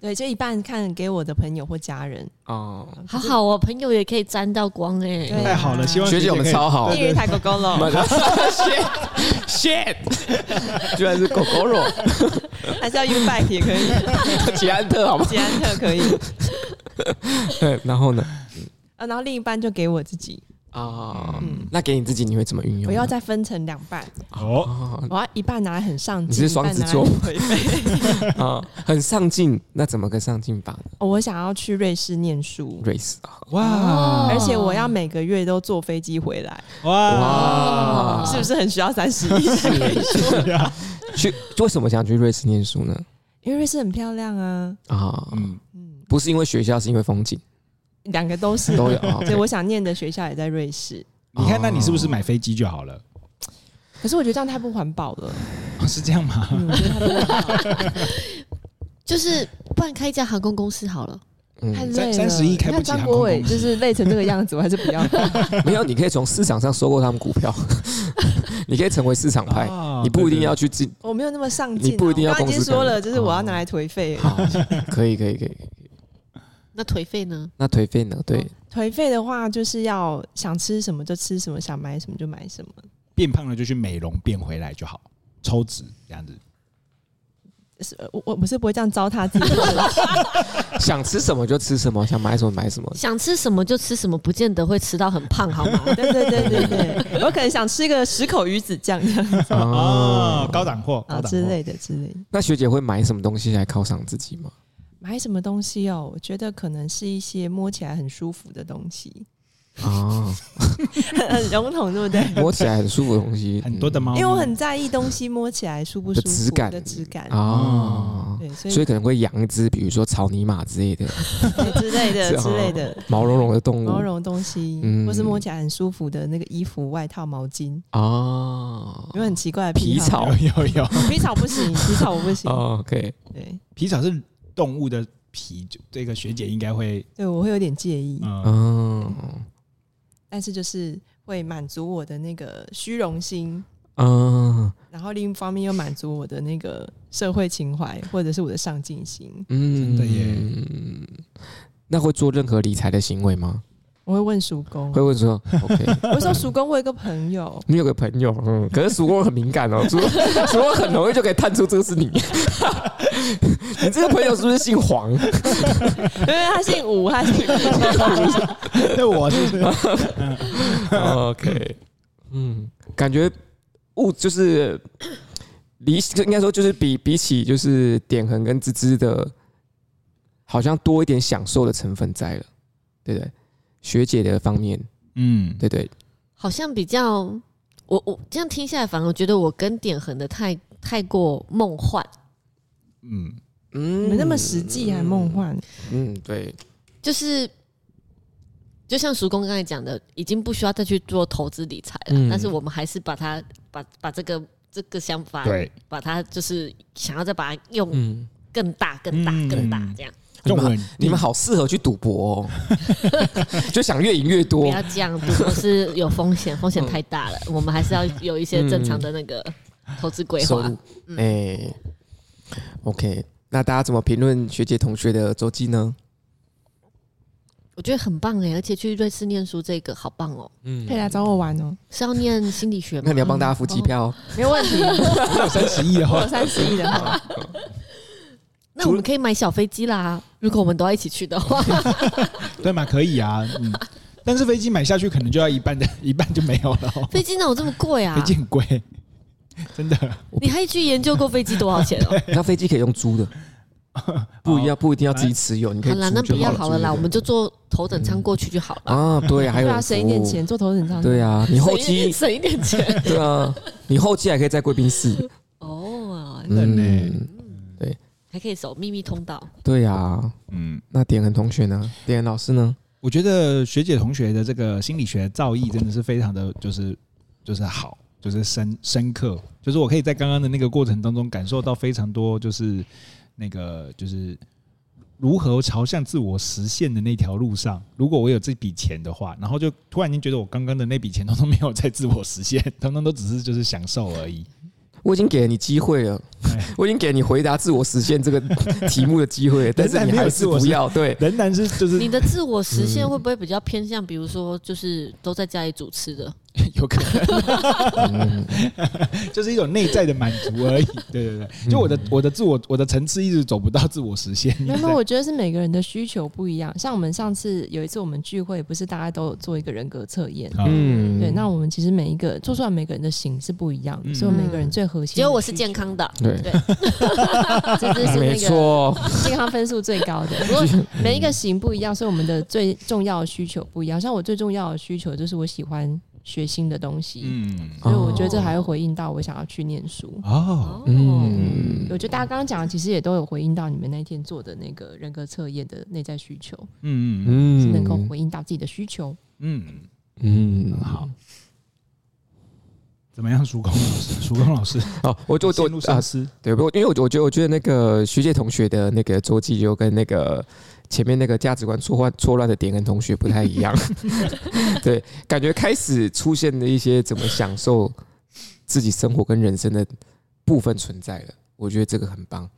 Speaker 5: 对，就一半看给我的朋友或家人。
Speaker 3: 哦，
Speaker 4: 好好哦，朋友也可以沾到光哎、
Speaker 5: 对
Speaker 2: 太好了，希望
Speaker 3: 学姐我们
Speaker 2: 可以
Speaker 3: 超好
Speaker 2: 对
Speaker 5: 一
Speaker 2: 对
Speaker 5: 人一
Speaker 2: 对
Speaker 5: 台狗 狗喽，
Speaker 3: shit shit，居然是狗狗 肉，
Speaker 5: 还是要 U bike 也可以，
Speaker 3: 捷安特好吗？
Speaker 5: 捷安特可以。
Speaker 3: 对，然后呢？
Speaker 5: 啊，然后另一半就给我自己，
Speaker 3: 啊、
Speaker 5: 嗯
Speaker 3: 那给你自己，你会怎么运用呢？
Speaker 5: 我要再分成两半，
Speaker 2: 哦，
Speaker 3: 啊
Speaker 5: 我要一半拿来很上进，
Speaker 3: 你是双子座
Speaker 5: 一半拿来很颓废
Speaker 3: 啊，很上进，那怎么个上进法呢
Speaker 5: 哦我想要去瑞士念书，
Speaker 3: ？Race 啊，
Speaker 2: 哇
Speaker 5: 而且我要每个月都坐飞机回来，
Speaker 3: 啊
Speaker 2: 哇，
Speaker 3: 哇，
Speaker 5: 是不是很需要三十一？
Speaker 2: 是啊，
Speaker 3: 去为什么想去瑞士念书呢？
Speaker 5: 因为瑞士很漂亮啊，
Speaker 3: 啊，
Speaker 2: 嗯，
Speaker 5: 嗯，
Speaker 3: 不是因为学校，是因为风景
Speaker 5: 两个都 是。
Speaker 3: 都有。啊
Speaker 5: 所以我想念的学校也在瑞士，
Speaker 2: 你看，那你是不是买飞机就好了？
Speaker 5: 可是我觉得这样太不环保了。
Speaker 2: 哦是这样 吗？
Speaker 5: 嗯，我觉得太不环保了
Speaker 4: 就是不然开一家航空公司好了。
Speaker 5: 太
Speaker 3: 嗯，
Speaker 5: 累了。
Speaker 2: 三31开不
Speaker 5: 你看
Speaker 2: 起航
Speaker 5: 张
Speaker 2: 空
Speaker 5: 国伟
Speaker 2: 公司
Speaker 5: 就是累成这个样子，我还是不要。
Speaker 3: 没有，你可以从市场上收购他们股票， 你可以成为市场派，
Speaker 2: 哦
Speaker 3: 你不一定要去进。
Speaker 5: 我没有那么上进啊、
Speaker 3: 你不一定要
Speaker 5: 我刚刚已经
Speaker 3: 公司干
Speaker 5: 说
Speaker 3: 的哦
Speaker 5: 了，就是我要拿来颓废。
Speaker 3: 好，可以，可以，可以。
Speaker 4: 那颓废呢？
Speaker 3: 那颓废呢？对，
Speaker 5: 颓废的话，就是要想吃什么就吃什么，想买什么就买什么。
Speaker 2: 变胖了就去美容变回来就好，抽脂这样子。
Speaker 5: 是呃我我不是不会这样糟蹋自己的身体，
Speaker 2: 哦
Speaker 3: 想吃什么就吃什么，想买什么买什么。
Speaker 4: 想吃什么就吃什么，不见得会吃到很胖，好 吗？
Speaker 5: 对对对对对，我可能想吃个十口鱼子酱这样
Speaker 2: 哦，高档货，
Speaker 5: 啊
Speaker 2: 高档
Speaker 5: 之
Speaker 2: 货。
Speaker 5: 类的之类的。
Speaker 3: 那学姐会买什么东西来犒赏自己吗？
Speaker 5: 买什么东西哦？我觉得可能是一些摸起来很舒服的东西，
Speaker 3: 啊，
Speaker 5: 很 笼统，对不 对？
Speaker 3: 摸起来很舒服的东西， 嗯
Speaker 2: 很多的猫
Speaker 5: 因
Speaker 2: 咪，
Speaker 5: 为我很在意东西摸起来舒不舒服
Speaker 3: 的质感
Speaker 5: 的哦质感
Speaker 2: 嗯
Speaker 3: 嗯。啊，
Speaker 5: 对，所以
Speaker 3: 所以可能会养一只，比如说草泥马之类的
Speaker 5: 对之类的
Speaker 3: 是啊
Speaker 5: 之类的
Speaker 3: 毛茸茸的动物
Speaker 5: 毛绒东西，
Speaker 3: 嗯
Speaker 5: 或是摸起来很舒服的那个衣服、外套、毛巾，
Speaker 3: 啊
Speaker 5: 有很奇怪的
Speaker 3: 皮
Speaker 5: 癖好
Speaker 3: 草
Speaker 2: 有有有，
Speaker 5: 皮草不 行，皮草我不行。
Speaker 3: 哦，OK，
Speaker 5: 对
Speaker 2: 皮草是动物的皮，就这个学姐应该会，
Speaker 5: 对，我会有点介意，
Speaker 2: 嗯，
Speaker 3: 嗯
Speaker 5: 但是就是会满足我的那个虚荣心，
Speaker 3: 嗯
Speaker 5: 然后另一方面又满足我的那个社会情怀或者是我的上进心。
Speaker 2: 真
Speaker 3: 嗯
Speaker 2: 的耶。
Speaker 3: 那会做任何理财的行为吗？
Speaker 5: 我会问叔公
Speaker 3: 会，问 说，OK，
Speaker 5: 我说叔公，我有一个朋友，
Speaker 3: 你有个朋友，嗯，可是鼠窝很敏感哦， 鼠鼠窝很容易就可以探出这个是你， 你这个朋友是不是姓 黄？
Speaker 5: 因为他姓吴，他姓吴，
Speaker 2: 对我 是哦
Speaker 3: OK，嗯，感觉物就是离应该说就是比比起就是点恒跟芝芝的，好像多一点享受的成分在了，对不对？学姐的方面，
Speaker 2: 嗯，
Speaker 3: 对不对，
Speaker 4: 好像比较，我我这样听下来，反而我觉得我跟点恒的太太过梦幻，
Speaker 2: 嗯，
Speaker 5: 你
Speaker 3: 嗯
Speaker 5: 们那么实际还梦，幻，
Speaker 3: 嗯，对，
Speaker 4: 就是就像叔公刚才讲的，已经不需要再去做投资理财了，
Speaker 3: 嗯
Speaker 4: 但是我们还是把它把把这个这个想
Speaker 5: 哎
Speaker 4: 法，
Speaker 2: 对，
Speaker 4: 把它就是想要再把它用
Speaker 3: 嗯，
Speaker 4: 更大、更大、
Speaker 2: 嗯
Speaker 4: 更大这样，
Speaker 3: 你
Speaker 2: 中
Speaker 3: 们好
Speaker 2: 文
Speaker 3: 你们好适合去赌博 哦， 就想越赢越
Speaker 4: 不
Speaker 3: 多
Speaker 4: 要，这 样，赌博是有风险，风
Speaker 3: 嗯
Speaker 4: 险太大了，我们还是要有一些正常的那个投资规
Speaker 3: 收
Speaker 4: 划
Speaker 3: 入。，
Speaker 4: 嗯
Speaker 3: 哎、o k 那大家怎么评论学姐同学的周记呢？
Speaker 4: 我觉得很棒哎，而且去瑞士念书这个好棒哦，
Speaker 3: 嗯
Speaker 5: 可以来找我玩哦，
Speaker 4: 是要念心理学吗？
Speaker 3: 那你要帮大家付机票哦。
Speaker 5: 没问题，
Speaker 2: 有三十亿的
Speaker 5: 我
Speaker 2: 话
Speaker 5: 有，三十亿的话，
Speaker 4: 那我们可以买小飞机啦，如果我们都要一起去 的话，
Speaker 2: 对嘛，可以啊，嗯，但是飞机买下去可能就要一半的，一半就没有了哦，
Speaker 4: 飞机哪有这么贵啊
Speaker 2: 飞？机很贵，真的
Speaker 4: 你还去研究过飞机多少钱哦？
Speaker 3: 那飞机可以用租的，不一样，不一定要自己持有，你 可以
Speaker 4: 好啦，那
Speaker 3: 租就
Speaker 4: 不要
Speaker 3: 了
Speaker 4: 好了啦，
Speaker 3: 租
Speaker 4: 我
Speaker 3: 就
Speaker 4: 们就坐头等舱过去就好了。
Speaker 3: 啊，对啊，还
Speaker 5: 对
Speaker 3: 有
Speaker 5: 啊，省一点
Speaker 3: 服务
Speaker 5: 钱，做头等舱。
Speaker 3: 对啊，你后
Speaker 4: 省一点
Speaker 3: 期
Speaker 4: 省一点钱
Speaker 3: 对啊，你后期还可以在贵宾室，
Speaker 4: 哦，
Speaker 2: 真的呢
Speaker 3: 嗯，
Speaker 4: 还可以走秘密通道。
Speaker 3: 对啊。
Speaker 2: 嗯，
Speaker 3: 那点恒同学呢？点恒老师呢？
Speaker 2: 我觉得学姐同学的这个心理学造诣真的是非常的，就是就是好，就是深深刻，就是我可以在刚刚的那个过程当中感受到非常多，就是那个就是如何朝向自我实现的那条路上，如果我有这笔钱的话，然后就突然间觉得我刚刚的那笔钱通通没有在自我实现，通通都只是就是享受而已。
Speaker 3: 我已经给了你机会了，
Speaker 2: 哎
Speaker 3: 我已经给你回答自我实现这个 题目的机会了，但是
Speaker 2: 但
Speaker 3: 你
Speaker 2: 没有
Speaker 3: 还
Speaker 2: 自
Speaker 3: 是
Speaker 2: 我
Speaker 3: 不
Speaker 2: 实
Speaker 3: 要。对，
Speaker 2: 仍然是就是
Speaker 4: 你的自我实
Speaker 3: 嗯
Speaker 4: 现会不会比较偏向，比如说就是都在家里煮吃的？
Speaker 2: 有可能，就是一种内在的满足 而已。对对对，就我
Speaker 3: 嗯
Speaker 2: 的我的自我我的层次一直走不到自我实 现。
Speaker 5: 没有，没有我觉得是每个人的需求不一样。像我们上次有一次我们聚会，不是大家都有做一个人格测验。
Speaker 2: 嗯，
Speaker 3: 嗯
Speaker 5: 对，那我们其实每一个做出来，每个人的型是不一样的，
Speaker 2: 嗯
Speaker 5: 所以我们每个人最核心。
Speaker 4: 结果我是，健康的，
Speaker 3: 对，
Speaker 5: 这就是那
Speaker 3: 啊没
Speaker 5: 个
Speaker 3: 错，
Speaker 5: 健康分数最高的。 不过每一个型不一样，所以我们的最重要的需求不一样。像我最重要的需求就是我喜欢学新的东西，
Speaker 2: 嗯
Speaker 5: 所以我觉得这
Speaker 4: 哦
Speaker 5: 还会回应到我想要去念书。
Speaker 2: 哦，
Speaker 4: 哦，
Speaker 3: 嗯
Speaker 5: 我觉得大家刚刚讲的其实也都有回应到你们那天做的那个人格测验的内在需求，
Speaker 2: 嗯嗯
Speaker 5: 是
Speaker 3: 嗯
Speaker 5: 能够回应到自己的需求。
Speaker 2: 嗯，
Speaker 3: 嗯
Speaker 2: 好。怎么样，叔公老 师？叔公老师
Speaker 3: 哦，我就
Speaker 2: 陷
Speaker 3: 我
Speaker 2: 入
Speaker 3: 啊
Speaker 2: 深，思。
Speaker 3: 对，不过因为我我觉得我觉得那个徐姐同学的那个周记就跟那个前面那个价值观错乱错乱的点跟同学不太一样，对，感觉开始出现了一些怎么享受自己生活跟人生的部分存在了，我觉得这个很棒，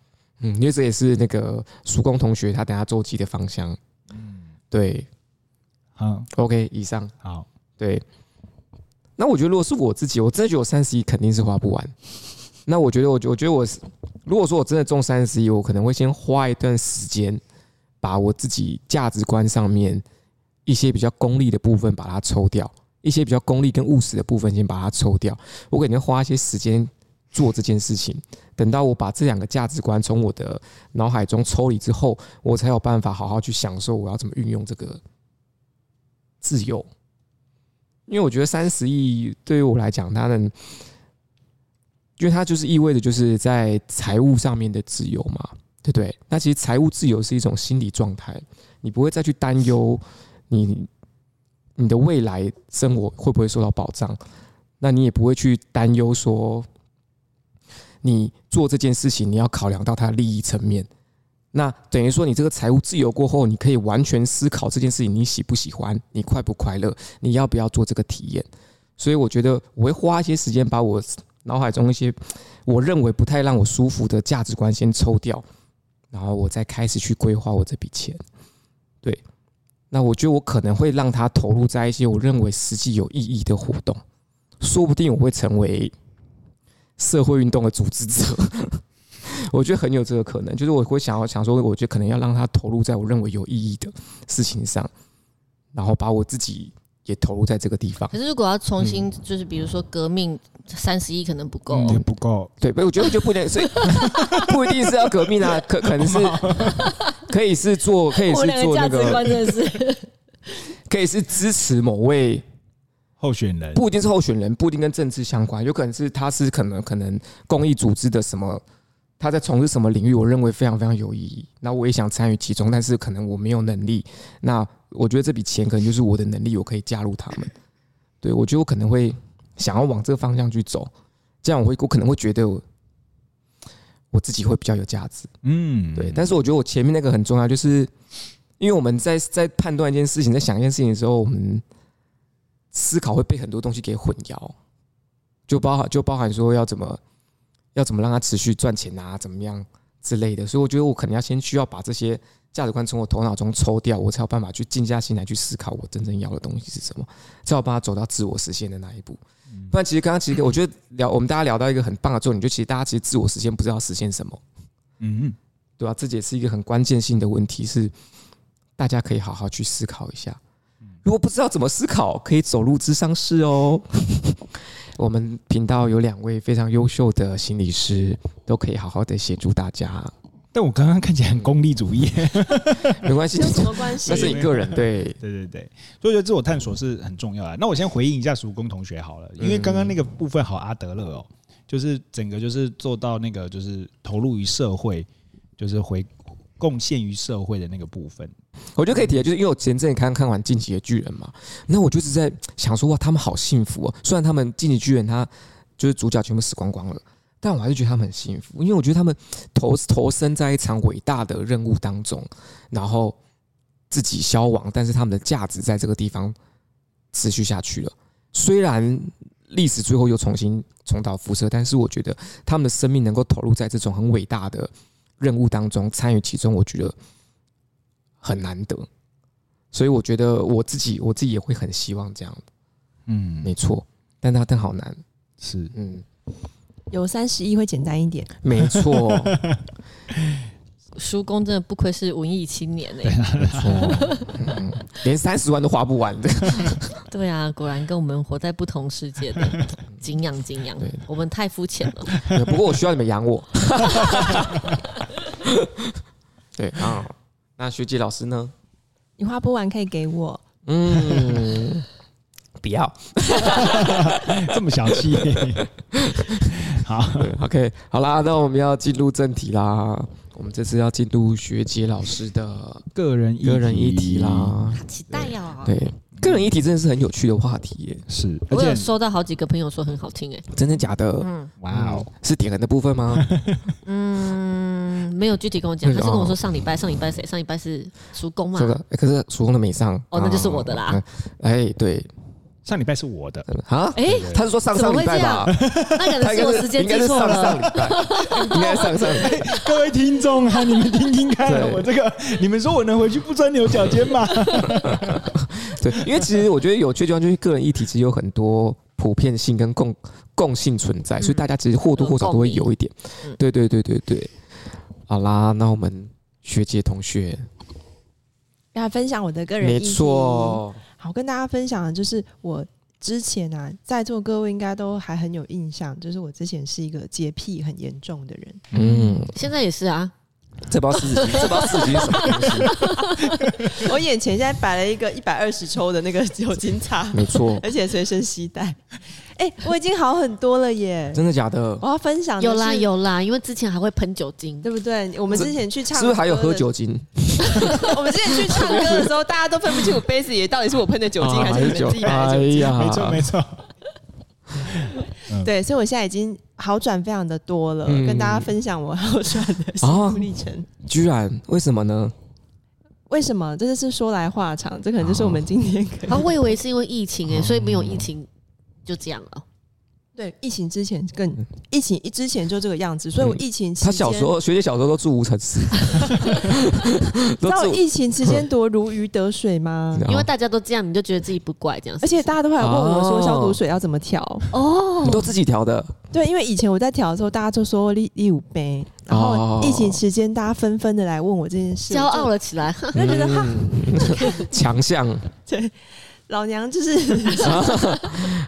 Speaker 3: 嗯，因为这也是那个叔公同学他等下周记的方向，
Speaker 2: 嗯，
Speaker 3: 对
Speaker 2: 好，
Speaker 3: ，OK，以上。
Speaker 2: 好，
Speaker 3: 对。那我觉得，如果是我自己，我真的觉得我三十一肯定是花不完。那我觉得，我觉我觉得我是，如果说我真的中三十一，我可能会先花一段时间，把我自己价值观上面一些比较功利的部分把它抽掉，一些比较功利跟务实的部分先把它抽掉。我肯定花一些时间做这件事情。等到我把这两个价值观从我的脑海中抽离之后，我才有办法好好去享受我要怎么运用这个自由。因为我觉得三十亿对于我来讲，它能，因为它就是意味着就是在财务上面的自由嘛，对不对？那其实财务自由是一种心理状态，你不会再去担忧你你的未来生活会不会受到保障，那你也不会去担忧说你做这件事情你要考量到它的利益层面。那等于说，你这个财务自由过后，你可以完全思考这件事情，你喜不喜欢，你快不快乐，你要不要做这个体验？所以我觉得我会花一些时间把我脑海中一些我认为不太让我舒服的价值观先抽掉，然后我再开始去规划我这笔钱。对，那我觉得我可能会让它投入在一些我认为实际有意义的活动，说不定我会成为社会运动的组织者。 我觉得很有这个可能，就是我会想要想说，我觉得可能要让它投入在我认为有意义的事情上，然后把我自己也投入在这个地方
Speaker 4: 可。是如果要重
Speaker 3: 嗯
Speaker 4: 新，就是比如说革命三十一可能不够
Speaker 2: 嗯
Speaker 4: 哦，
Speaker 2: 也不够。
Speaker 3: 对，不，我觉得就不一定， 所以不一定是要革命啊，可可能是可以是做，可以
Speaker 4: 我
Speaker 3: 是
Speaker 4: 两
Speaker 3: 做
Speaker 4: 价
Speaker 3: 那
Speaker 4: 值
Speaker 3: 个，
Speaker 4: 观真 的是
Speaker 3: 可以是支持某位，
Speaker 2: 候选人，
Speaker 3: 不一定是候选人，不一定跟政治相关，有可能是他是可能可能公益组织的什么，他在从事什么领域，我认为非常非常有意义，那我也想参与其中，但是可能我没有能力，那我觉得这笔钱可能就是我的能力，我可以加入他们，对我觉得我可能会想要往这个方向去走，这样我会我可能会觉得我我自己会比较有价值。
Speaker 2: 嗯，
Speaker 3: 对，但是我觉得我前面那个很重要，就是因为我们在在判断一件事情、在想一件事情的时候，我们思考会被很多东西给混淆，就包含就包含说要怎么要怎么让它持续赚钱啊，怎么样之类的。所以我觉得我可能要先需要把这些价值观从我头脑中抽掉，我才有办法去静下心来去思考我真正要的东西是什么，才有办法走到自我实现的那一步。不然，其实刚刚其实我觉得聊我们大家聊到一个很棒的重点，就其实大家其实自我实现不知道实现什么。
Speaker 2: 嗯
Speaker 3: 对啊吧、这也是一个很关键性的问题，是大家可以好好去思考一下。如果不知道怎么思考，可以走入智商室哦。 我们频道有两位非常优秀的心理师，都可以好好的协助大家。
Speaker 2: 但我刚刚看起来很功利主义，
Speaker 3: 没关系，
Speaker 5: 有什么关系
Speaker 3: 那？是你个人对，
Speaker 2: 对对对，所以我觉得自我探索是很重要的。那我先回应一下曙光同学好了，因为刚刚那
Speaker 3: 嗯
Speaker 2: 个部分好阿德勒哦，就是整个就是做到那个就是投入于社会，就是回贡献于社会的那个部分。
Speaker 3: 我觉得可以提，就是因为我前阵子刚看完《进击的巨人》嘛，那我就一直在想说哇，他们好幸福哦。虽然他们《进击巨人》他就是主角全部死光光了，但我还是觉得他们很幸福，因为我觉得他们投投身在一场伟大的任务当中，然后自己消亡，但是他们的价值在这个地方持续下去了。虽然历史最后又重新重蹈覆辙，但是我觉得他们的生命能够投入在这种很伟大的任务当中，参与其中，我觉得很难得。所以我觉得我自己，我自己也会很希望这样，
Speaker 2: 嗯，
Speaker 3: 没错。但他但好难，
Speaker 2: 是
Speaker 3: 嗯，
Speaker 5: 有三十一会简单一点，
Speaker 3: 没错，
Speaker 4: 叔公真的不愧是文艺青年哎、
Speaker 3: 没错，嗯连三十万都花不完的。
Speaker 4: 对啊，果然跟我们活在不同世 界的，敬仰敬仰
Speaker 3: 对，
Speaker 4: 我们太肤浅了。
Speaker 3: 对不过我需要你们养我。 对啊，那学姐老师呢？
Speaker 5: 你花不完可以给我。
Speaker 3: 嗯，不要。
Speaker 2: 这么小气。 好，
Speaker 3: 对，OK，好啦，那我们要进入正题啦。我们这次要进入学姐老师的
Speaker 2: 个人
Speaker 3: 个人议题啦。
Speaker 4: 期待呀、
Speaker 3: 对，个人议题真的是很有趣的话题耶，
Speaker 2: 是，而
Speaker 4: 我有
Speaker 2: 且
Speaker 4: 收到好几个朋友说很好听哎、
Speaker 3: 真的假的？
Speaker 4: 嗯
Speaker 2: 哇哦，
Speaker 3: 嗯是点人的部分 吗？
Speaker 4: 嗯，没有具体跟我讲，
Speaker 3: 那
Speaker 4: 他
Speaker 3: 个哦
Speaker 4: 是跟我说上礼拜上礼拜谁上礼拜是叔公嘛
Speaker 3: 这，个、欸可是曙光的没上
Speaker 4: 嗯哦那就是我的啦。
Speaker 3: 啊哎、对，
Speaker 2: 上礼拜是我 的，
Speaker 3: 真的啊，
Speaker 4: 哎、
Speaker 3: 他是说上上礼拜吧？
Speaker 4: 那可
Speaker 3: 他
Speaker 4: 能
Speaker 3: 应
Speaker 4: 是
Speaker 3: 该
Speaker 4: 我
Speaker 3: 是
Speaker 4: 时间
Speaker 3: 应该
Speaker 4: 记
Speaker 3: 是
Speaker 4: 错
Speaker 3: 上
Speaker 4: 了
Speaker 3: 上。礼拜，应该是上上礼 拜。
Speaker 2: 各位听众啊，你们听听看
Speaker 3: 对
Speaker 2: 我这个，你们说我能回去不钻牛角尖吗？
Speaker 3: 对，因为其实我觉得有趣的地方就是个人议题其实有很多普遍性跟共共性存在，所以大家其实或多或少都会有一点
Speaker 4: 嗯。
Speaker 3: 对对对对对。好啦，那我们学姐同学，
Speaker 5: 大家分享我的个人
Speaker 3: 没
Speaker 5: 意见
Speaker 3: 错，
Speaker 5: 好，跟大家分享的就是我之前啊，在座各位应该都还很有印象，就是我之前是一个洁癖很严重的人。
Speaker 3: 嗯，
Speaker 4: 现在也是啊，
Speaker 3: 这包四十斤，这包四十斤是什么东西？
Speaker 5: 我眼前现在摆了一个一百二十抽的那个酒精擦，
Speaker 3: 没 错，
Speaker 5: 而且随身携带。哎、我已经好很多了耶！
Speaker 3: 真的假的？
Speaker 5: 我要分享的
Speaker 4: 有啦
Speaker 5: 是，
Speaker 4: 有啦，因为之前还会喷酒 精，
Speaker 5: 对不对？我们之前去唱，
Speaker 3: 是不是还有喝？酒精？
Speaker 5: 我们之前去唱歌的时候，大家都分不清我杯子里到底是我喷的酒精、还是你们自己买的
Speaker 3: 哎
Speaker 5: 酒精。
Speaker 3: 呀，
Speaker 2: 没错，没 错。
Speaker 5: 对，所以我现在已经好转非常的多了，
Speaker 3: 嗯
Speaker 5: 跟大家分享我好转的心
Speaker 3: 啊
Speaker 5: 路历程。
Speaker 3: 居然为什么呢？
Speaker 5: 为什么？这就是说来话长，这可能就是我们今天可以、
Speaker 4: 啊，我以为是因为疫情哎、所以没有疫情就这样了。
Speaker 5: 对疫情之前更疫情之前就这个样子，所以我疫情期
Speaker 3: 他
Speaker 5: 间、
Speaker 3: 小时候，学姐小时候都住无尘室，
Speaker 5: 你
Speaker 3: 都
Speaker 5: 知道我
Speaker 3: 住
Speaker 5: 疫情期间多如鱼得水吗？
Speaker 4: 因为大家都这样，你就觉得自己不怪这样。
Speaker 5: 而且大家都还问我说
Speaker 3: 哦
Speaker 5: 消毒水要怎么调？
Speaker 4: 哦
Speaker 3: 你，都自己调的，
Speaker 5: 对，因为以前我在调的时候，大家就说立立五杯，然后
Speaker 3: 哦
Speaker 5: 疫情期间大家纷纷的来问我这件事，
Speaker 4: 骄傲
Speaker 5: 了，
Speaker 4: 了起来，
Speaker 5: 我就觉得哈，
Speaker 3: 嗯强项，
Speaker 5: 对，老娘就是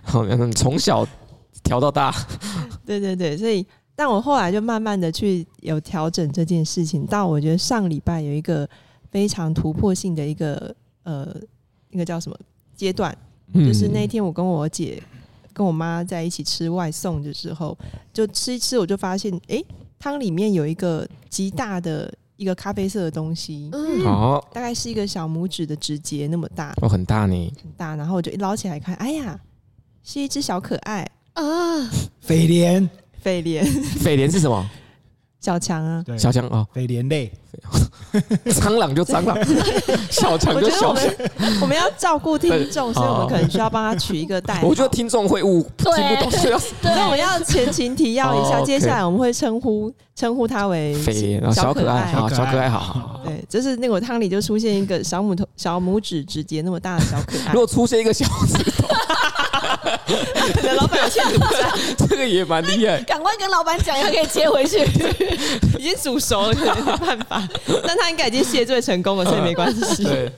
Speaker 3: 好，嗯从小调到大，
Speaker 5: 对对对，所以但我后来就慢慢的去有调整这件事情，到我觉得上礼拜有一个非常突破性的一个呃一个叫什么阶段，就是
Speaker 3: 嗯
Speaker 5: 那天我跟我姐跟我妈在一起吃外送的时候，就吃一吃我就发现，诶，汤里面有一个极大的一个咖啡色的东西。
Speaker 4: 嗯，
Speaker 3: 哦，
Speaker 5: 大概是一个小拇指的指节那么大，
Speaker 3: 哦，很大呢，
Speaker 5: 很大，然后我就一捞起来看，哎呀，是一只小可爱
Speaker 4: 啊，
Speaker 2: 肥莲，
Speaker 5: 费莲
Speaker 3: 匪莲是什么？
Speaker 5: 小强啊，
Speaker 2: 对
Speaker 3: 小强哦，
Speaker 2: 肥莲类，
Speaker 3: 蟑螂就蟑螂，小强
Speaker 5: 我
Speaker 3: 就
Speaker 5: 觉得
Speaker 3: 小
Speaker 5: 我
Speaker 3: 强。
Speaker 5: 们 我们要照顾听众，所以我们可能需要帮他取一个代号。
Speaker 3: 我 觉得听众会误听不
Speaker 4: 对
Speaker 3: 懂，所以要
Speaker 5: 所以我们要前情提要一下，
Speaker 3: 哦，OK
Speaker 5: 接下来我们会称呼称呼他为
Speaker 3: 匪莲，啊小可爱，好，
Speaker 2: 小
Speaker 3: 小
Speaker 2: 可
Speaker 3: 可
Speaker 2: 爱
Speaker 3: 爱，好好。好
Speaker 5: 对，就是那个汤里就出现一个小拇头、小拇指指节那么大的小可爱
Speaker 3: 如。果出现一个小指 头，
Speaker 5: 可能老板有欠赌债，
Speaker 3: 这个也蛮厉害。
Speaker 4: 赶快跟老板讲，要可以接回去。
Speaker 5: 已经煮熟 了，可能没办法。但他应该已经谢罪成功了，所以没关系。
Speaker 3: 对，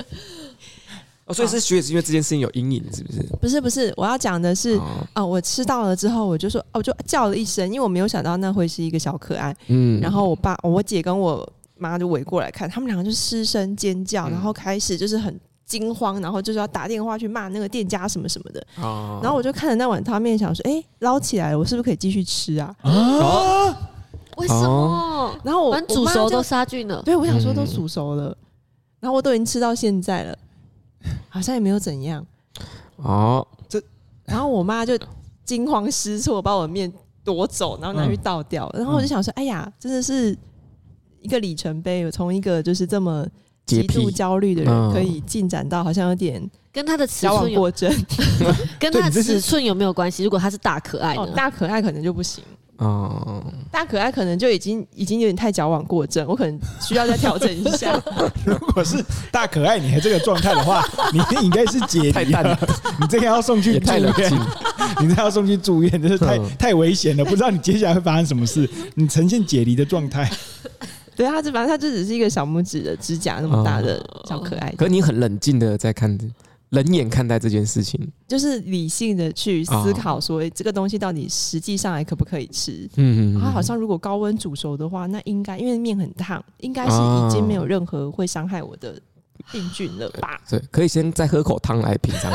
Speaker 3: 哦，所以是学姐是因为这件事情有阴影，是不是？
Speaker 5: 不是不是，我要讲的是，
Speaker 3: 哦
Speaker 5: 啊，我吃到了之后，我就说，哦，我就叫了一声，因为我没有想到那会是一个小可爱。
Speaker 3: 嗯
Speaker 5: 然后我爸、我姐跟我妈就围过来看，他们两个就失声尖叫，
Speaker 3: 嗯
Speaker 5: 然后开始就是很惊慌，然后就是要打电话去骂那个店家什么什么的。
Speaker 3: 哦
Speaker 5: 然后我就看着那碗汤面，想说，哎、捞起来了，我是不是可以继续吃啊？
Speaker 2: 啊，
Speaker 4: 为什么？
Speaker 5: 然后我
Speaker 4: 反正煮熟都
Speaker 5: 是，
Speaker 4: 杀菌了，
Speaker 5: 对我想说都
Speaker 3: 嗯
Speaker 5: 煮熟了，然后我都已经吃到现在了，好像也没有怎样。
Speaker 3: 哦，
Speaker 5: 然后我妈就惊慌失措，把我的面夺走，然
Speaker 3: 嗯
Speaker 5: 后拿去倒掉。然后我就想说，哎呀，真的是一个里程碑，我从一个就是这么
Speaker 3: 洁
Speaker 5: 极度
Speaker 3: 癖
Speaker 5: 焦虑的人，
Speaker 3: 嗯
Speaker 5: 可以进展到好像有点
Speaker 4: 跟它的尺
Speaker 5: 矫
Speaker 4: 寸
Speaker 5: 枉
Speaker 4: 有
Speaker 5: 过正。
Speaker 4: 跟
Speaker 2: 对
Speaker 4: 它
Speaker 2: 你这
Speaker 4: 的
Speaker 2: 是
Speaker 4: 尺寸有没有关系？如果它是大可爱
Speaker 5: 哦
Speaker 4: 的，，
Speaker 5: 大可爱可能就不行，
Speaker 3: 哦，
Speaker 5: 大可爱可能就已经已经有点太矫枉过正，我可能需要再调整一 下。
Speaker 2: 如果是大可爱你还这个状态的话，你应该是解
Speaker 3: 太
Speaker 2: 离
Speaker 3: 淡
Speaker 2: 了，你这个要送去
Speaker 3: 也
Speaker 2: 住
Speaker 3: 太冷
Speaker 2: 院
Speaker 3: 静，
Speaker 2: 你这要送去住院，就是太
Speaker 3: 嗯
Speaker 2: 太危险了，不知道你接下来会发生什么事，你呈现解离的状态。
Speaker 5: 对，它这反正它就只是一个小拇指的指甲那么大的小可爱，
Speaker 3: 嗯可你很冷静的在看，冷眼看待这件事情。
Speaker 5: 就是理性的去思考说，诶这个东西到底实际上还可不可以吃？
Speaker 3: 嗯嗯，
Speaker 5: 啊它好像如果高温煮熟的话，那应该因为面很烫，应该是
Speaker 3: 啊
Speaker 5: 已经没有任何会伤害我的病菌了吧？
Speaker 3: 对，可以先再喝口汤来品尝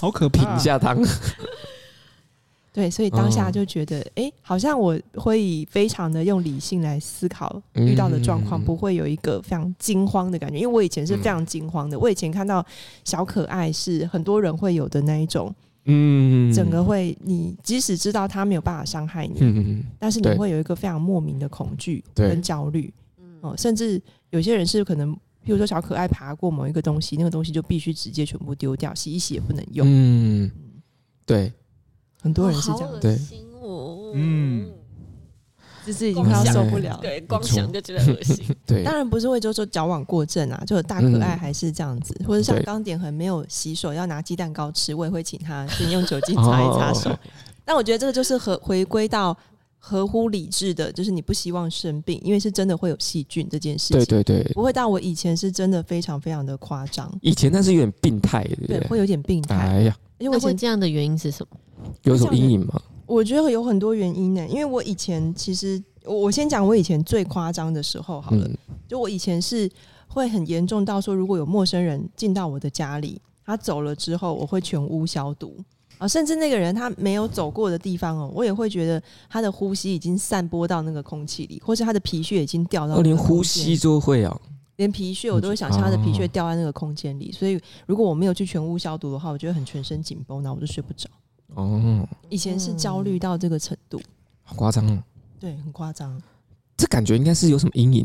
Speaker 2: 好可
Speaker 3: 品
Speaker 2: 怕、
Speaker 3: 一下汤。
Speaker 5: 对，所以当
Speaker 3: 嗯
Speaker 5: 下就觉得，哎、好像我会以非常的用理性来思考
Speaker 3: 嗯嗯
Speaker 5: 遇到的状况，不会有一个非常惊慌的感觉。因为我以前是非常惊慌的，我以前看到小可爱是很多人会有的那一种，
Speaker 3: 嗯，
Speaker 5: 整个会你即使知道他没有办法伤害你，
Speaker 3: 嗯嗯
Speaker 5: 但是你
Speaker 3: 对
Speaker 5: 会有一个非常莫名的恐惧
Speaker 3: 对
Speaker 5: 跟焦虑，
Speaker 4: 嗯
Speaker 5: 哦，甚至有些人是可能，譬如说小可爱爬过某一个东西，那个东西就必须直接全部丢掉，洗一洗也不能用。
Speaker 3: 嗯，对
Speaker 5: 很多人是这样，
Speaker 3: 对
Speaker 4: 心哦
Speaker 2: 嗯，
Speaker 5: 就是已经快要受不了了。
Speaker 4: 对，光想就觉得恶心。
Speaker 3: 对，
Speaker 5: 当然不是会就说矫枉过正啊，就有大可爱还是这样子，或者像
Speaker 3: 嗯对
Speaker 5: 刚点很没有洗手要拿鸡蛋糕吃，我也会请他先用酒精擦一擦 手。
Speaker 3: 哦
Speaker 5: 但我觉得这个就是合回归到合乎理智的，就是你不希望生病，因为是真的会有细菌这件事情，
Speaker 3: 对对对，
Speaker 5: 不会到我以前是真的非常非常的夸张，
Speaker 3: 以前那是有点病态，对不
Speaker 5: 对，
Speaker 3: 对？
Speaker 5: 会有点病态。
Speaker 3: 哎呀，
Speaker 5: 因为我
Speaker 4: 那
Speaker 5: 以
Speaker 4: 会
Speaker 5: 前
Speaker 4: 这样的原因是什么？
Speaker 3: 有一种阴影嘛。
Speaker 5: 我觉得有很多原因呢、因为我以前其实我我先讲我以前最夸张的时候好了，
Speaker 3: 嗯
Speaker 5: 就我以前是会很严重到说，如果有陌生人进到我的家里，他走了之后，我会全屋消毒啊，甚至那个人他没有走过的地方哦，我也会觉得他的呼吸已经散播到那个空气里，或是他的皮屑已经掉到那
Speaker 3: 哦，
Speaker 5: 个
Speaker 3: 连
Speaker 5: 空间
Speaker 3: 呼吸都会啊。
Speaker 5: 连皮屑我都会想象他的皮屑掉在那个空间里，所以如果我没有去全屋消毒的话，我觉得很全身紧绷，然后我就睡不着。
Speaker 3: 哦，
Speaker 5: 以前是焦虑到这个程度，
Speaker 3: 好夸张哦，
Speaker 5: 对，很夸张。啊
Speaker 3: 这感觉应该是有什么阴影，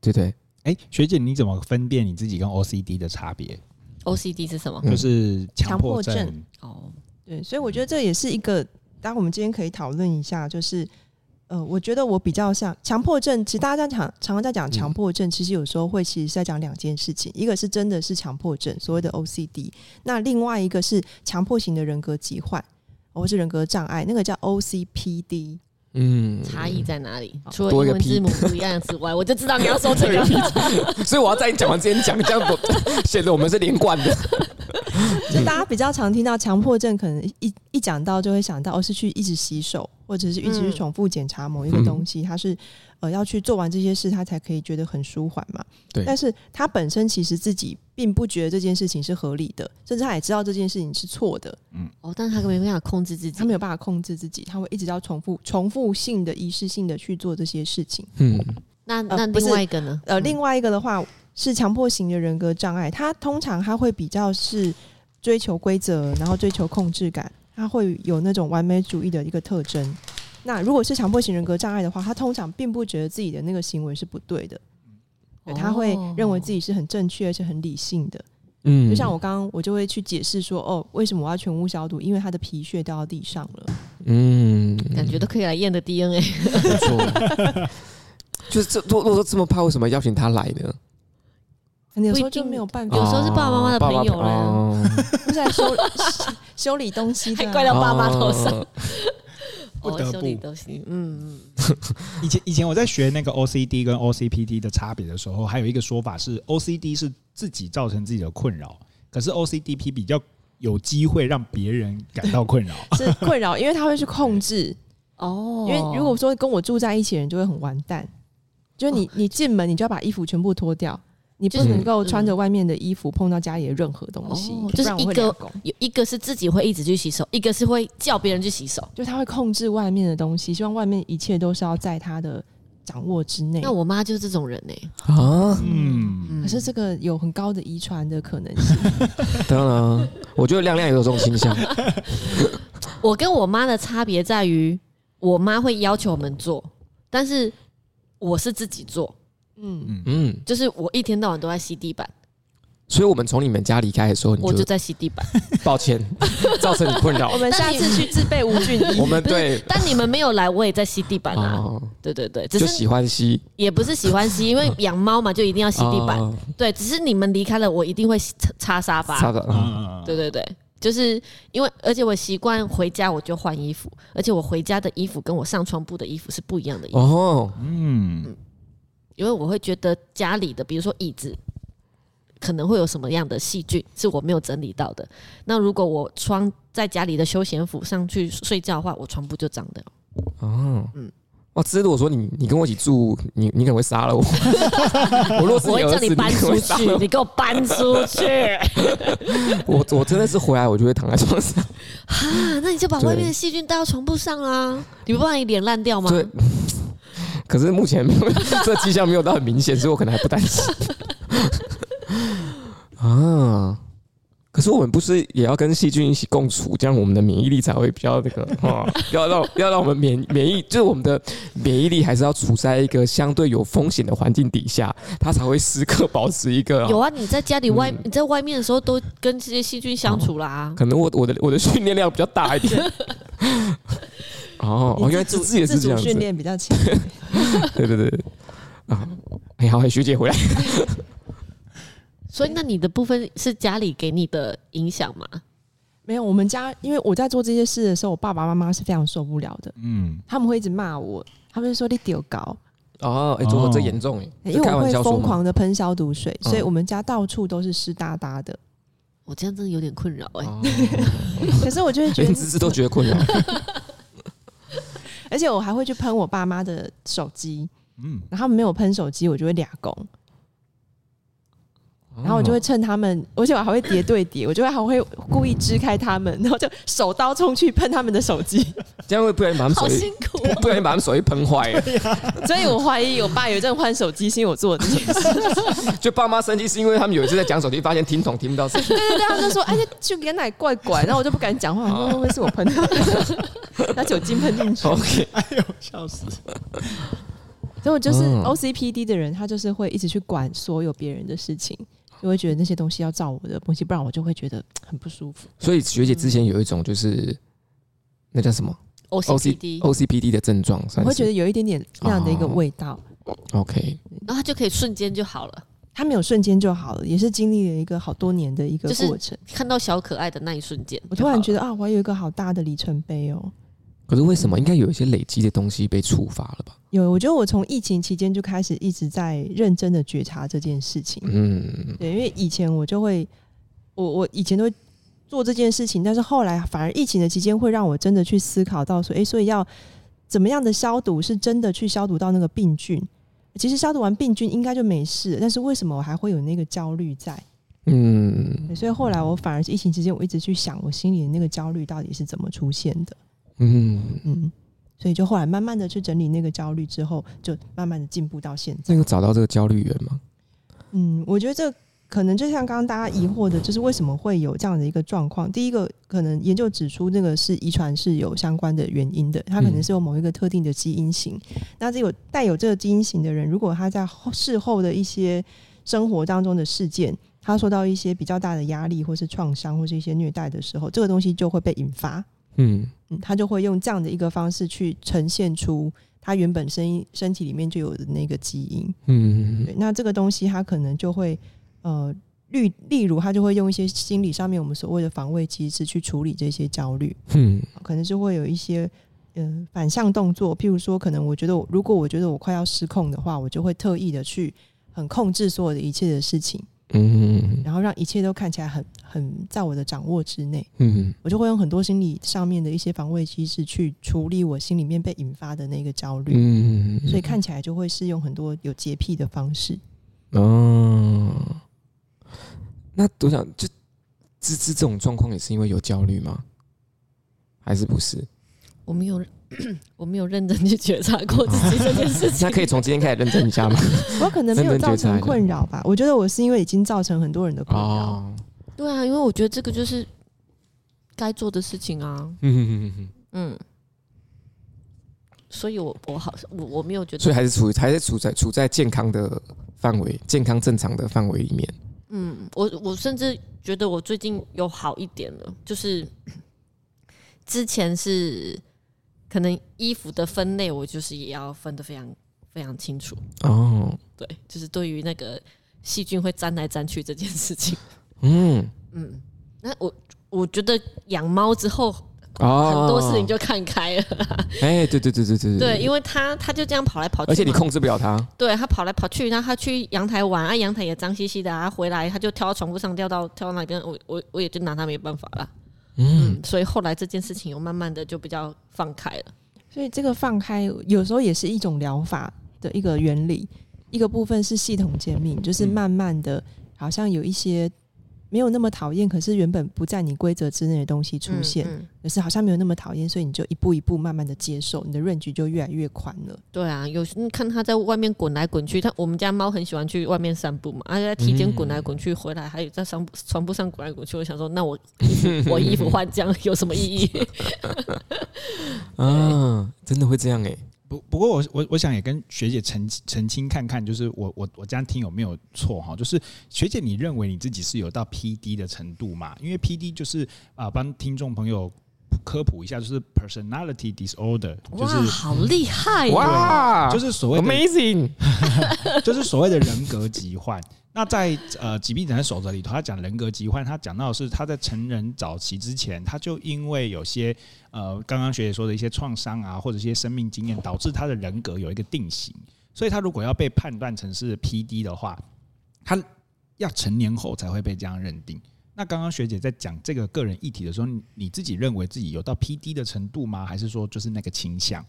Speaker 3: 对不对？
Speaker 2: 哎、学姐，你怎么分辨你自己跟 OCD 的差别？
Speaker 4: OCD 是什么？
Speaker 3: 嗯
Speaker 2: 就是强迫
Speaker 5: 强迫
Speaker 2: 症
Speaker 5: 症。
Speaker 4: 哦，
Speaker 5: 对，所以我觉得这也是一个，当然我们今天可以讨论一下，就是呃，我觉得我比较像强迫症。其实大家在讲常常在讲强迫症，其实有时候会其实是在讲两件事情，一个是真的是强迫症，所谓的 OCD，那另外一个是强迫型的人格疾患。或是人格障碍，那个叫 OCPD，
Speaker 3: 嗯，
Speaker 4: 差异在哪里？除了
Speaker 3: 多一
Speaker 4: 英
Speaker 3: 个
Speaker 4: 文字
Speaker 3: P
Speaker 4: 母不一样之外，我就知道你要说这嗯个。
Speaker 3: 嗯所以我要在你讲完之前讲，这样我 显得我们是连贯的。
Speaker 5: 就大家比较常听到强迫症，可能一一讲到就会想到，哦，是去一直洗手，或者是一直去
Speaker 4: 嗯
Speaker 5: 重复检查某一个东西，它是呃要去做完这些事，他才可以觉得很舒缓嘛。
Speaker 3: 对
Speaker 5: 但是他本身其实自己并不觉得这件事情是合理的，甚至他也知道这件事情是错的，
Speaker 4: 哦，但是他根本没办法控制自己
Speaker 5: 他。没有办法控制自己，他会一直要重复、重复性的、仪式性的去做这些事情。
Speaker 3: 嗯，
Speaker 4: 那
Speaker 5: 呃
Speaker 4: 那
Speaker 5: 不是
Speaker 4: 另外一个呢？
Speaker 5: 呃，另外一个的话是强迫型的人格障碍，他通常他会比较是追求规则，然后追求控制感，他会有那种完美主义的一个特征。那如果是强迫型人格障碍的话，他通常并不觉得自己的那个行为是不对的，对他会认为自
Speaker 4: 己
Speaker 5: 己是很正确而且很理性的。
Speaker 3: 嗯
Speaker 5: 就像我，刚刚我就会去解释说，哦，为什么我要全屋消毒？因为他的皮屑掉到地上了。
Speaker 3: 嗯，
Speaker 4: 感觉都可以来验的 DNA。
Speaker 3: 不错。就是这，如果说这么怕，为什么邀请他来呢？
Speaker 5: 可能有时候
Speaker 4: 不一定
Speaker 5: 就没有办
Speaker 4: 有哦
Speaker 5: 法，
Speaker 4: 时候是爸爸妈妈的朋友嘞
Speaker 3: 哦
Speaker 5: 不是来修修理东西的啊、
Speaker 4: 还怪到爸妈头上
Speaker 3: 哦
Speaker 2: 不得
Speaker 4: 哦，修理
Speaker 2: 不
Speaker 4: 东西，嗯，
Speaker 2: 以前以前我在学那个 OCD 跟 OCPD 的差别的时候，还有一个说法是 OCD 是自己造成自己的困扰，可是 OCDP 比较有机会让别人感到困扰。
Speaker 5: 是困扰，因为他会去控制。
Speaker 4: 哦
Speaker 5: 因为如果说跟我住在一起的人就会很完蛋，就是你你进门你就要把衣服全部脱掉，你
Speaker 4: 哦
Speaker 5: 不
Speaker 4: 就是
Speaker 5: 能够
Speaker 4: 嗯
Speaker 5: 穿着外面的衣服碰到家里的任何东西
Speaker 4: 哦，
Speaker 5: 不然我会
Speaker 4: 就是一个
Speaker 5: 两公
Speaker 4: 有一个是自己会一直去洗手，一个是会叫别人去洗手。
Speaker 5: 就他会控制外面的东西，希望外面一切都是要在他的掌握之内。
Speaker 4: 那我妈就是这种人欸呢、
Speaker 3: 啊，
Speaker 2: 嗯，
Speaker 5: 可是这个有很高的遗传的可 能性，
Speaker 3: 当然，啊我觉得亮亮也有这种倾向。
Speaker 4: 我跟我妈的差别在于，我妈会要求我们做，但是我是自己做，
Speaker 5: 嗯，
Speaker 3: 嗯，
Speaker 4: 就是我一天到晚都在吸地板，
Speaker 3: 所以我们从你们家离开的时候，你
Speaker 4: 我就
Speaker 3: 就
Speaker 4: 在吸地板。
Speaker 3: 抱 歉，造成你困扰
Speaker 5: 我。们下
Speaker 4: 但
Speaker 5: 次去自备无 菌衣
Speaker 3: 我，们
Speaker 4: 不是
Speaker 3: 对，
Speaker 4: 但你们没有来，我也在吸地板啊。
Speaker 3: 哦，
Speaker 4: 对对对，只
Speaker 3: 就是喜欢吸
Speaker 4: 也不是喜欢吸，因为养猫嘛，就一定要吸地板。
Speaker 3: 嗯哦
Speaker 4: 对，只是你们离开了，我一定会吸擦擦沙发。
Speaker 3: 擦的。嗯
Speaker 2: 嗯
Speaker 4: 对，对对，就是因为而且我习惯回家我就换衣服，而且我回家的衣服跟我上床铺的衣服是不一样的衣服，
Speaker 3: 哦，
Speaker 2: 嗯，
Speaker 4: 因为我会觉得家里的比如说椅子。可能会有什么样的细菌是我没有整理到的？那如果我穿在家里的休闲服上去睡觉的话，我床铺就脏的。
Speaker 3: 哦，
Speaker 4: 嗯
Speaker 3: 嗯，哇，这是如果说你你跟我一起住，你你可能会杀了我。 我 若是
Speaker 4: 我
Speaker 3: 你
Speaker 4: 会
Speaker 3: 儿
Speaker 4: 叫
Speaker 3: 子，
Speaker 4: 你搬
Speaker 3: 可能
Speaker 4: 出
Speaker 3: 会杀
Speaker 4: 去，
Speaker 3: 了
Speaker 4: 你给我搬出去！
Speaker 3: 我。我我真的是回来，我就会躺在床上。
Speaker 4: 啊，那你就把外面的细菌带到床铺上啦，你不怕你脸烂掉吗？
Speaker 3: 对， 可是目前没有这迹象没有到很明显，所以我可能还不担心。 啊，可是我们不是也要跟细菌一起共处，这样我们的免疫力才会比较那 个啊，要让要让我们免免疫，就是我们的免疫力还是要处在一个相对有风险的环境底下，它才会时刻保持一个。哦
Speaker 4: 有啊，你在家里外、
Speaker 3: 嗯
Speaker 4: 你在外面的时候都跟这些细菌相处啦。
Speaker 3: 可能我我的我的训练量比较大一 点。哦，哦，原来
Speaker 5: 自
Speaker 3: 芝
Speaker 5: 主
Speaker 3: 芝也是这
Speaker 5: 自主
Speaker 3: 样子
Speaker 5: 训。练比较强。
Speaker 3: 对对对，啊，哎、好，学姐回来。
Speaker 4: 所以那你的部分是家里给你的影响吗？
Speaker 5: 没有，我们家因为我在做这些事的时候，我爸爸妈妈是非常受不了的，
Speaker 2: 嗯，
Speaker 5: 他们会一直骂我，他们就说你丢高，
Speaker 3: 哦，哎、欸，我
Speaker 2: 哦
Speaker 3: 这严重哎、
Speaker 5: 因
Speaker 3: 是
Speaker 5: 为
Speaker 3: 开
Speaker 5: 我
Speaker 3: 玩
Speaker 5: 会
Speaker 3: 笑说
Speaker 5: 疯
Speaker 3: 嘛，
Speaker 5: 狂的喷消毒水，
Speaker 3: 嗯
Speaker 5: 所以我们家到处都是湿哒哒的。
Speaker 4: 我这样真的有点困扰哎、
Speaker 3: 哦
Speaker 5: 可是我就会觉
Speaker 3: 连
Speaker 5: 得，嗯
Speaker 3: 芝芝都觉得困扰。
Speaker 5: 而且我还会去喷我爸妈的手机，
Speaker 2: 嗯，
Speaker 5: 然后他们没有喷手机，我就会俩拱，然
Speaker 3: 哦
Speaker 5: 后我就会趁他们，而且我还会叠对叠，我就会还会故意支开他们，然后就手刀冲去喷他们的手机。
Speaker 3: 这样会不然把他们
Speaker 4: 好
Speaker 3: 手
Speaker 4: 辛
Speaker 3: 机，
Speaker 4: 苦、
Speaker 5: 啊
Speaker 3: 不然把他们手机喷坏 了。
Speaker 5: 所以我怀疑我爸有一阵换手机，是因为我做的这件事。
Speaker 3: 就爸妈生气是因为他们有一次在讲手机，发现听筒听不到声音。
Speaker 5: 对对对，他们就说：“哎，那去给奶怪怪。”然后我就不 敢讲话，我说会不会是我喷 的？拿酒精喷 进去。
Speaker 3: OK，
Speaker 2: 哎呦，笑死，
Speaker 5: 所以我就是
Speaker 3: 嗯
Speaker 5: OCPD 的人，他就是会一直去管所有别人的事情，
Speaker 3: 哦
Speaker 5: 就会觉得那些东西要照我的东西，不然我就会觉得很不舒服。
Speaker 3: 所以学姐之
Speaker 5: 嗯
Speaker 3: 前有一种就是那叫什么
Speaker 4: 哦 OCD，
Speaker 3: OCPD 的症状，
Speaker 5: 我
Speaker 3: 算
Speaker 5: 会觉
Speaker 3: 是
Speaker 5: 得有一点点那样的一个
Speaker 3: 哦
Speaker 5: 味道。
Speaker 3: OK。
Speaker 4: 然后它就可以瞬间就好了。
Speaker 5: 他没有瞬间就好了，也是经历了一个好多年的一个
Speaker 4: 就是
Speaker 5: 过程。
Speaker 4: 看到小可爱的那一瞬间，
Speaker 5: 我突然觉
Speaker 4: 得
Speaker 5: 得啊，我还有一个好大的里程碑哦。
Speaker 3: 可是为什么应该有一些累积的东西被触发了吧？
Speaker 5: 有，我觉得我从疫情期间就开始一直在认真的觉察这件事情。
Speaker 3: 嗯，
Speaker 5: 对，因为以前我就会，我我以前都会做这件事情，但是后来反而疫情的期间会让我真的去思考到说，诶，所以要怎么样的消毒是真的去消毒到那个病菌？其实消毒完病菌应该就没事了，但是为什么我还会有那个焦虑在？
Speaker 3: 嗯
Speaker 5: 对所以后来我反而是疫情期间，我一直去想我心里的那个焦虑到底是怎么出现的。
Speaker 3: 嗯，
Speaker 5: 嗯，所以就后来慢慢的去整理那个焦虑之后，就慢慢的进步到现在
Speaker 3: 那。个找到这个焦虑源吗？
Speaker 5: 嗯，我觉得这可能就像刚刚大家疑惑的，就是为什么会有这样的一个状况？第一个，可能研究指出那个是遗传是有相关的原因的，它可能是有某一个特定的基因型。那这有带有这个基因型的人，如果他在后事后的一些生活当中的事件，他受到一些比较大的压力，或是创伤，或是一些虐待的时候，这个东西就会被引发。
Speaker 3: 嗯，
Speaker 5: 嗯，他就会用这样的一个方式去呈现出他原本身身体里面就有的那个基因。
Speaker 3: 嗯
Speaker 5: 对，那这个东西它可能就会呃，例例如它就会用一些心理上面我们所谓的防卫机制去处理这些焦虑，
Speaker 3: 嗯
Speaker 5: 可能是会有一些嗯、反向动作，譬如说，可能我觉得我如果我觉得我快要失控的话，我就会特意的去很控制所有的一切的事情，
Speaker 3: 嗯
Speaker 5: 然后让一切都看起来很很在我的掌握之内。
Speaker 3: 嗯
Speaker 5: 我就会用很多心理上面的一些防卫机制去处理我心里面被引发的那个焦虑，
Speaker 3: 嗯
Speaker 5: 所以看起来就会是用很多有洁癖的方式。
Speaker 3: 哦，那我想就芝芝这种状况也是因为有焦虑吗？还是不是？
Speaker 4: 我没有， 我没有认真去觉察过自己这件事情。
Speaker 3: 那可以从今天开始认真一下吗？
Speaker 5: 我可能没有
Speaker 3: 真正觉
Speaker 5: 造
Speaker 3: 察
Speaker 5: 成
Speaker 3: 的
Speaker 5: 困扰吧，我觉得我是因为已经造成很多人的困扰。
Speaker 3: 哦，
Speaker 4: 对啊，因为我觉得这个就是该做的事情啊。
Speaker 3: 嗯嗯嗯，
Speaker 4: 嗯，所以我我好我我没有觉
Speaker 3: 所以
Speaker 4: 得，
Speaker 3: 还是处于还是处在处在健康的范围、健康正常的范围里面。
Speaker 4: 嗯，我我甚至觉得我最近有好一点了，就是之前是可能衣服的分类，我就是也要分得非常非常清楚。
Speaker 3: 哦，
Speaker 4: 对，就是对于那个细菌会沾来沾去这件事情，
Speaker 3: 嗯，
Speaker 4: 嗯，那我我觉得养猫之后
Speaker 3: 哦，
Speaker 4: 很多事情就看开了，
Speaker 3: 哎，对对对对对
Speaker 4: 对，因为它它就这样跑来跑去嘛，
Speaker 3: 而且你控制不了它，
Speaker 4: 对它跑来跑去，然后它去阳台玩，啊，阳台也脏兮兮的啊，它回来它就跳到床铺上，掉到跳到那边，我我我也就拿它没办法了，
Speaker 3: 嗯，
Speaker 4: 嗯，所以后来这件事情又慢慢的就比较放开了，嗯
Speaker 5: 所以这个放开有时候也是一种疗法的一个原理，一个部分是系统减敏，就是
Speaker 3: 嗯
Speaker 5: 慢慢的，好像有一些没有那么讨厌，可是原本不在你规则之内的东西出现，
Speaker 4: 嗯嗯
Speaker 5: 可是好像没有那么讨厌，所以你就一步一步慢慢的接受，你的 range 就越来越宽了。
Speaker 4: 对啊，有时你看它在外面滚来滚去，它我们家猫很喜欢去外面散步嘛，而、啊、在梯间滚来滚去，回来还有在床床铺上滚来滚去。我想说，那我衣服我衣服换这样有什么意义？
Speaker 3: 啊，真的会这样哎，
Speaker 2: 不不过我我我想也跟学姐澄澄清看看，就是我我我这样听有没有错哈？就是学姐，你认为你自己是有到 PD 的程度吗？因为 PD 就是啊，帮、听众朋友科普一下，就是 personality disorder，就是
Speaker 4: 好厉害哦
Speaker 3: 哇，
Speaker 2: 就是所谓的
Speaker 3: amazing，
Speaker 2: 就是所谓的人格疾患。那在呃《疾病诊断守则》里头，他讲人格疾患，他讲到的是他在成人早期之前，他就因为有些呃刚刚学姐说的一些创伤啊，或者一些生命经验，导致他的人格有一个定型。所以他如果要被判断成是 PD 的话，他要成年后才会被这样认定。那刚刚学姐在讲这个个人议题的时候，你你自己认为自己有到 PD 的程度吗？还是说就是那个倾向？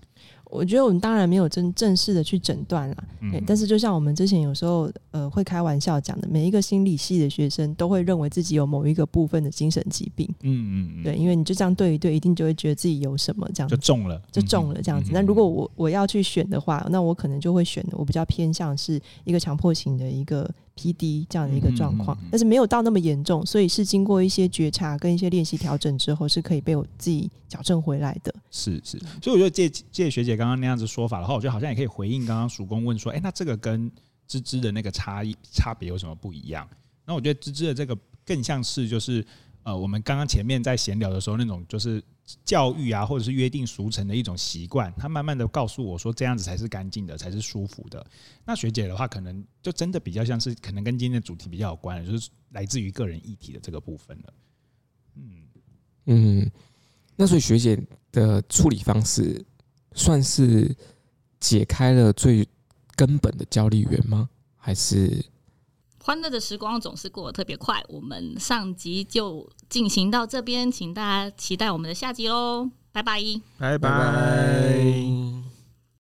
Speaker 5: 我觉得我们当然没有真正式的去诊断啦，
Speaker 2: 嗯
Speaker 5: 对。但是就像我们之前有时候呃会开玩笑讲的，每一个心理系的学生都会认为自己有某一个部分的精神疾病，
Speaker 2: 嗯嗯嗯，
Speaker 5: 对，因为你就这样对一对，一定就会觉得自己有什么这样
Speaker 2: 就嗯
Speaker 5: 子。
Speaker 2: 中了，
Speaker 5: 就中了这样子。那如果我我要去选的话，那我可能就会选我比较偏向是一个强迫型的一个 PD 这样的一个状况
Speaker 2: 嗯嗯嗯嗯，
Speaker 5: 但是没有到那么严重，所以是经过一些觉察跟一些练习调整之后，是可以被我自己矫正回来的。
Speaker 2: 是是，所以我觉得借借学姐刚刚那样子说法的话，我觉得好像也可以回应刚刚曙光问说，哎、那这个跟芝芝的那个差异差别有什么不一样？那我觉得芝芝的这个更像是就是呃，我们刚刚前面在闲聊的时候那种就是教育啊，或者是约定俗成的一种习惯，他慢慢的告诉我说这样子才是干净的，才是舒服的。那学姐的话，可能就真的比较像是可能跟今天的主题比较有关的，就是来自于个人议题的这个部分了。嗯，
Speaker 3: 嗯，那所以学姐的处理方式算是解开了最根本的焦虑源吗？还是
Speaker 1: 欢乐的时光总是过得特别快，我们上集就进行哦到这边，请大家期待我们的下集喽，拜拜。
Speaker 2: 拜
Speaker 3: 拜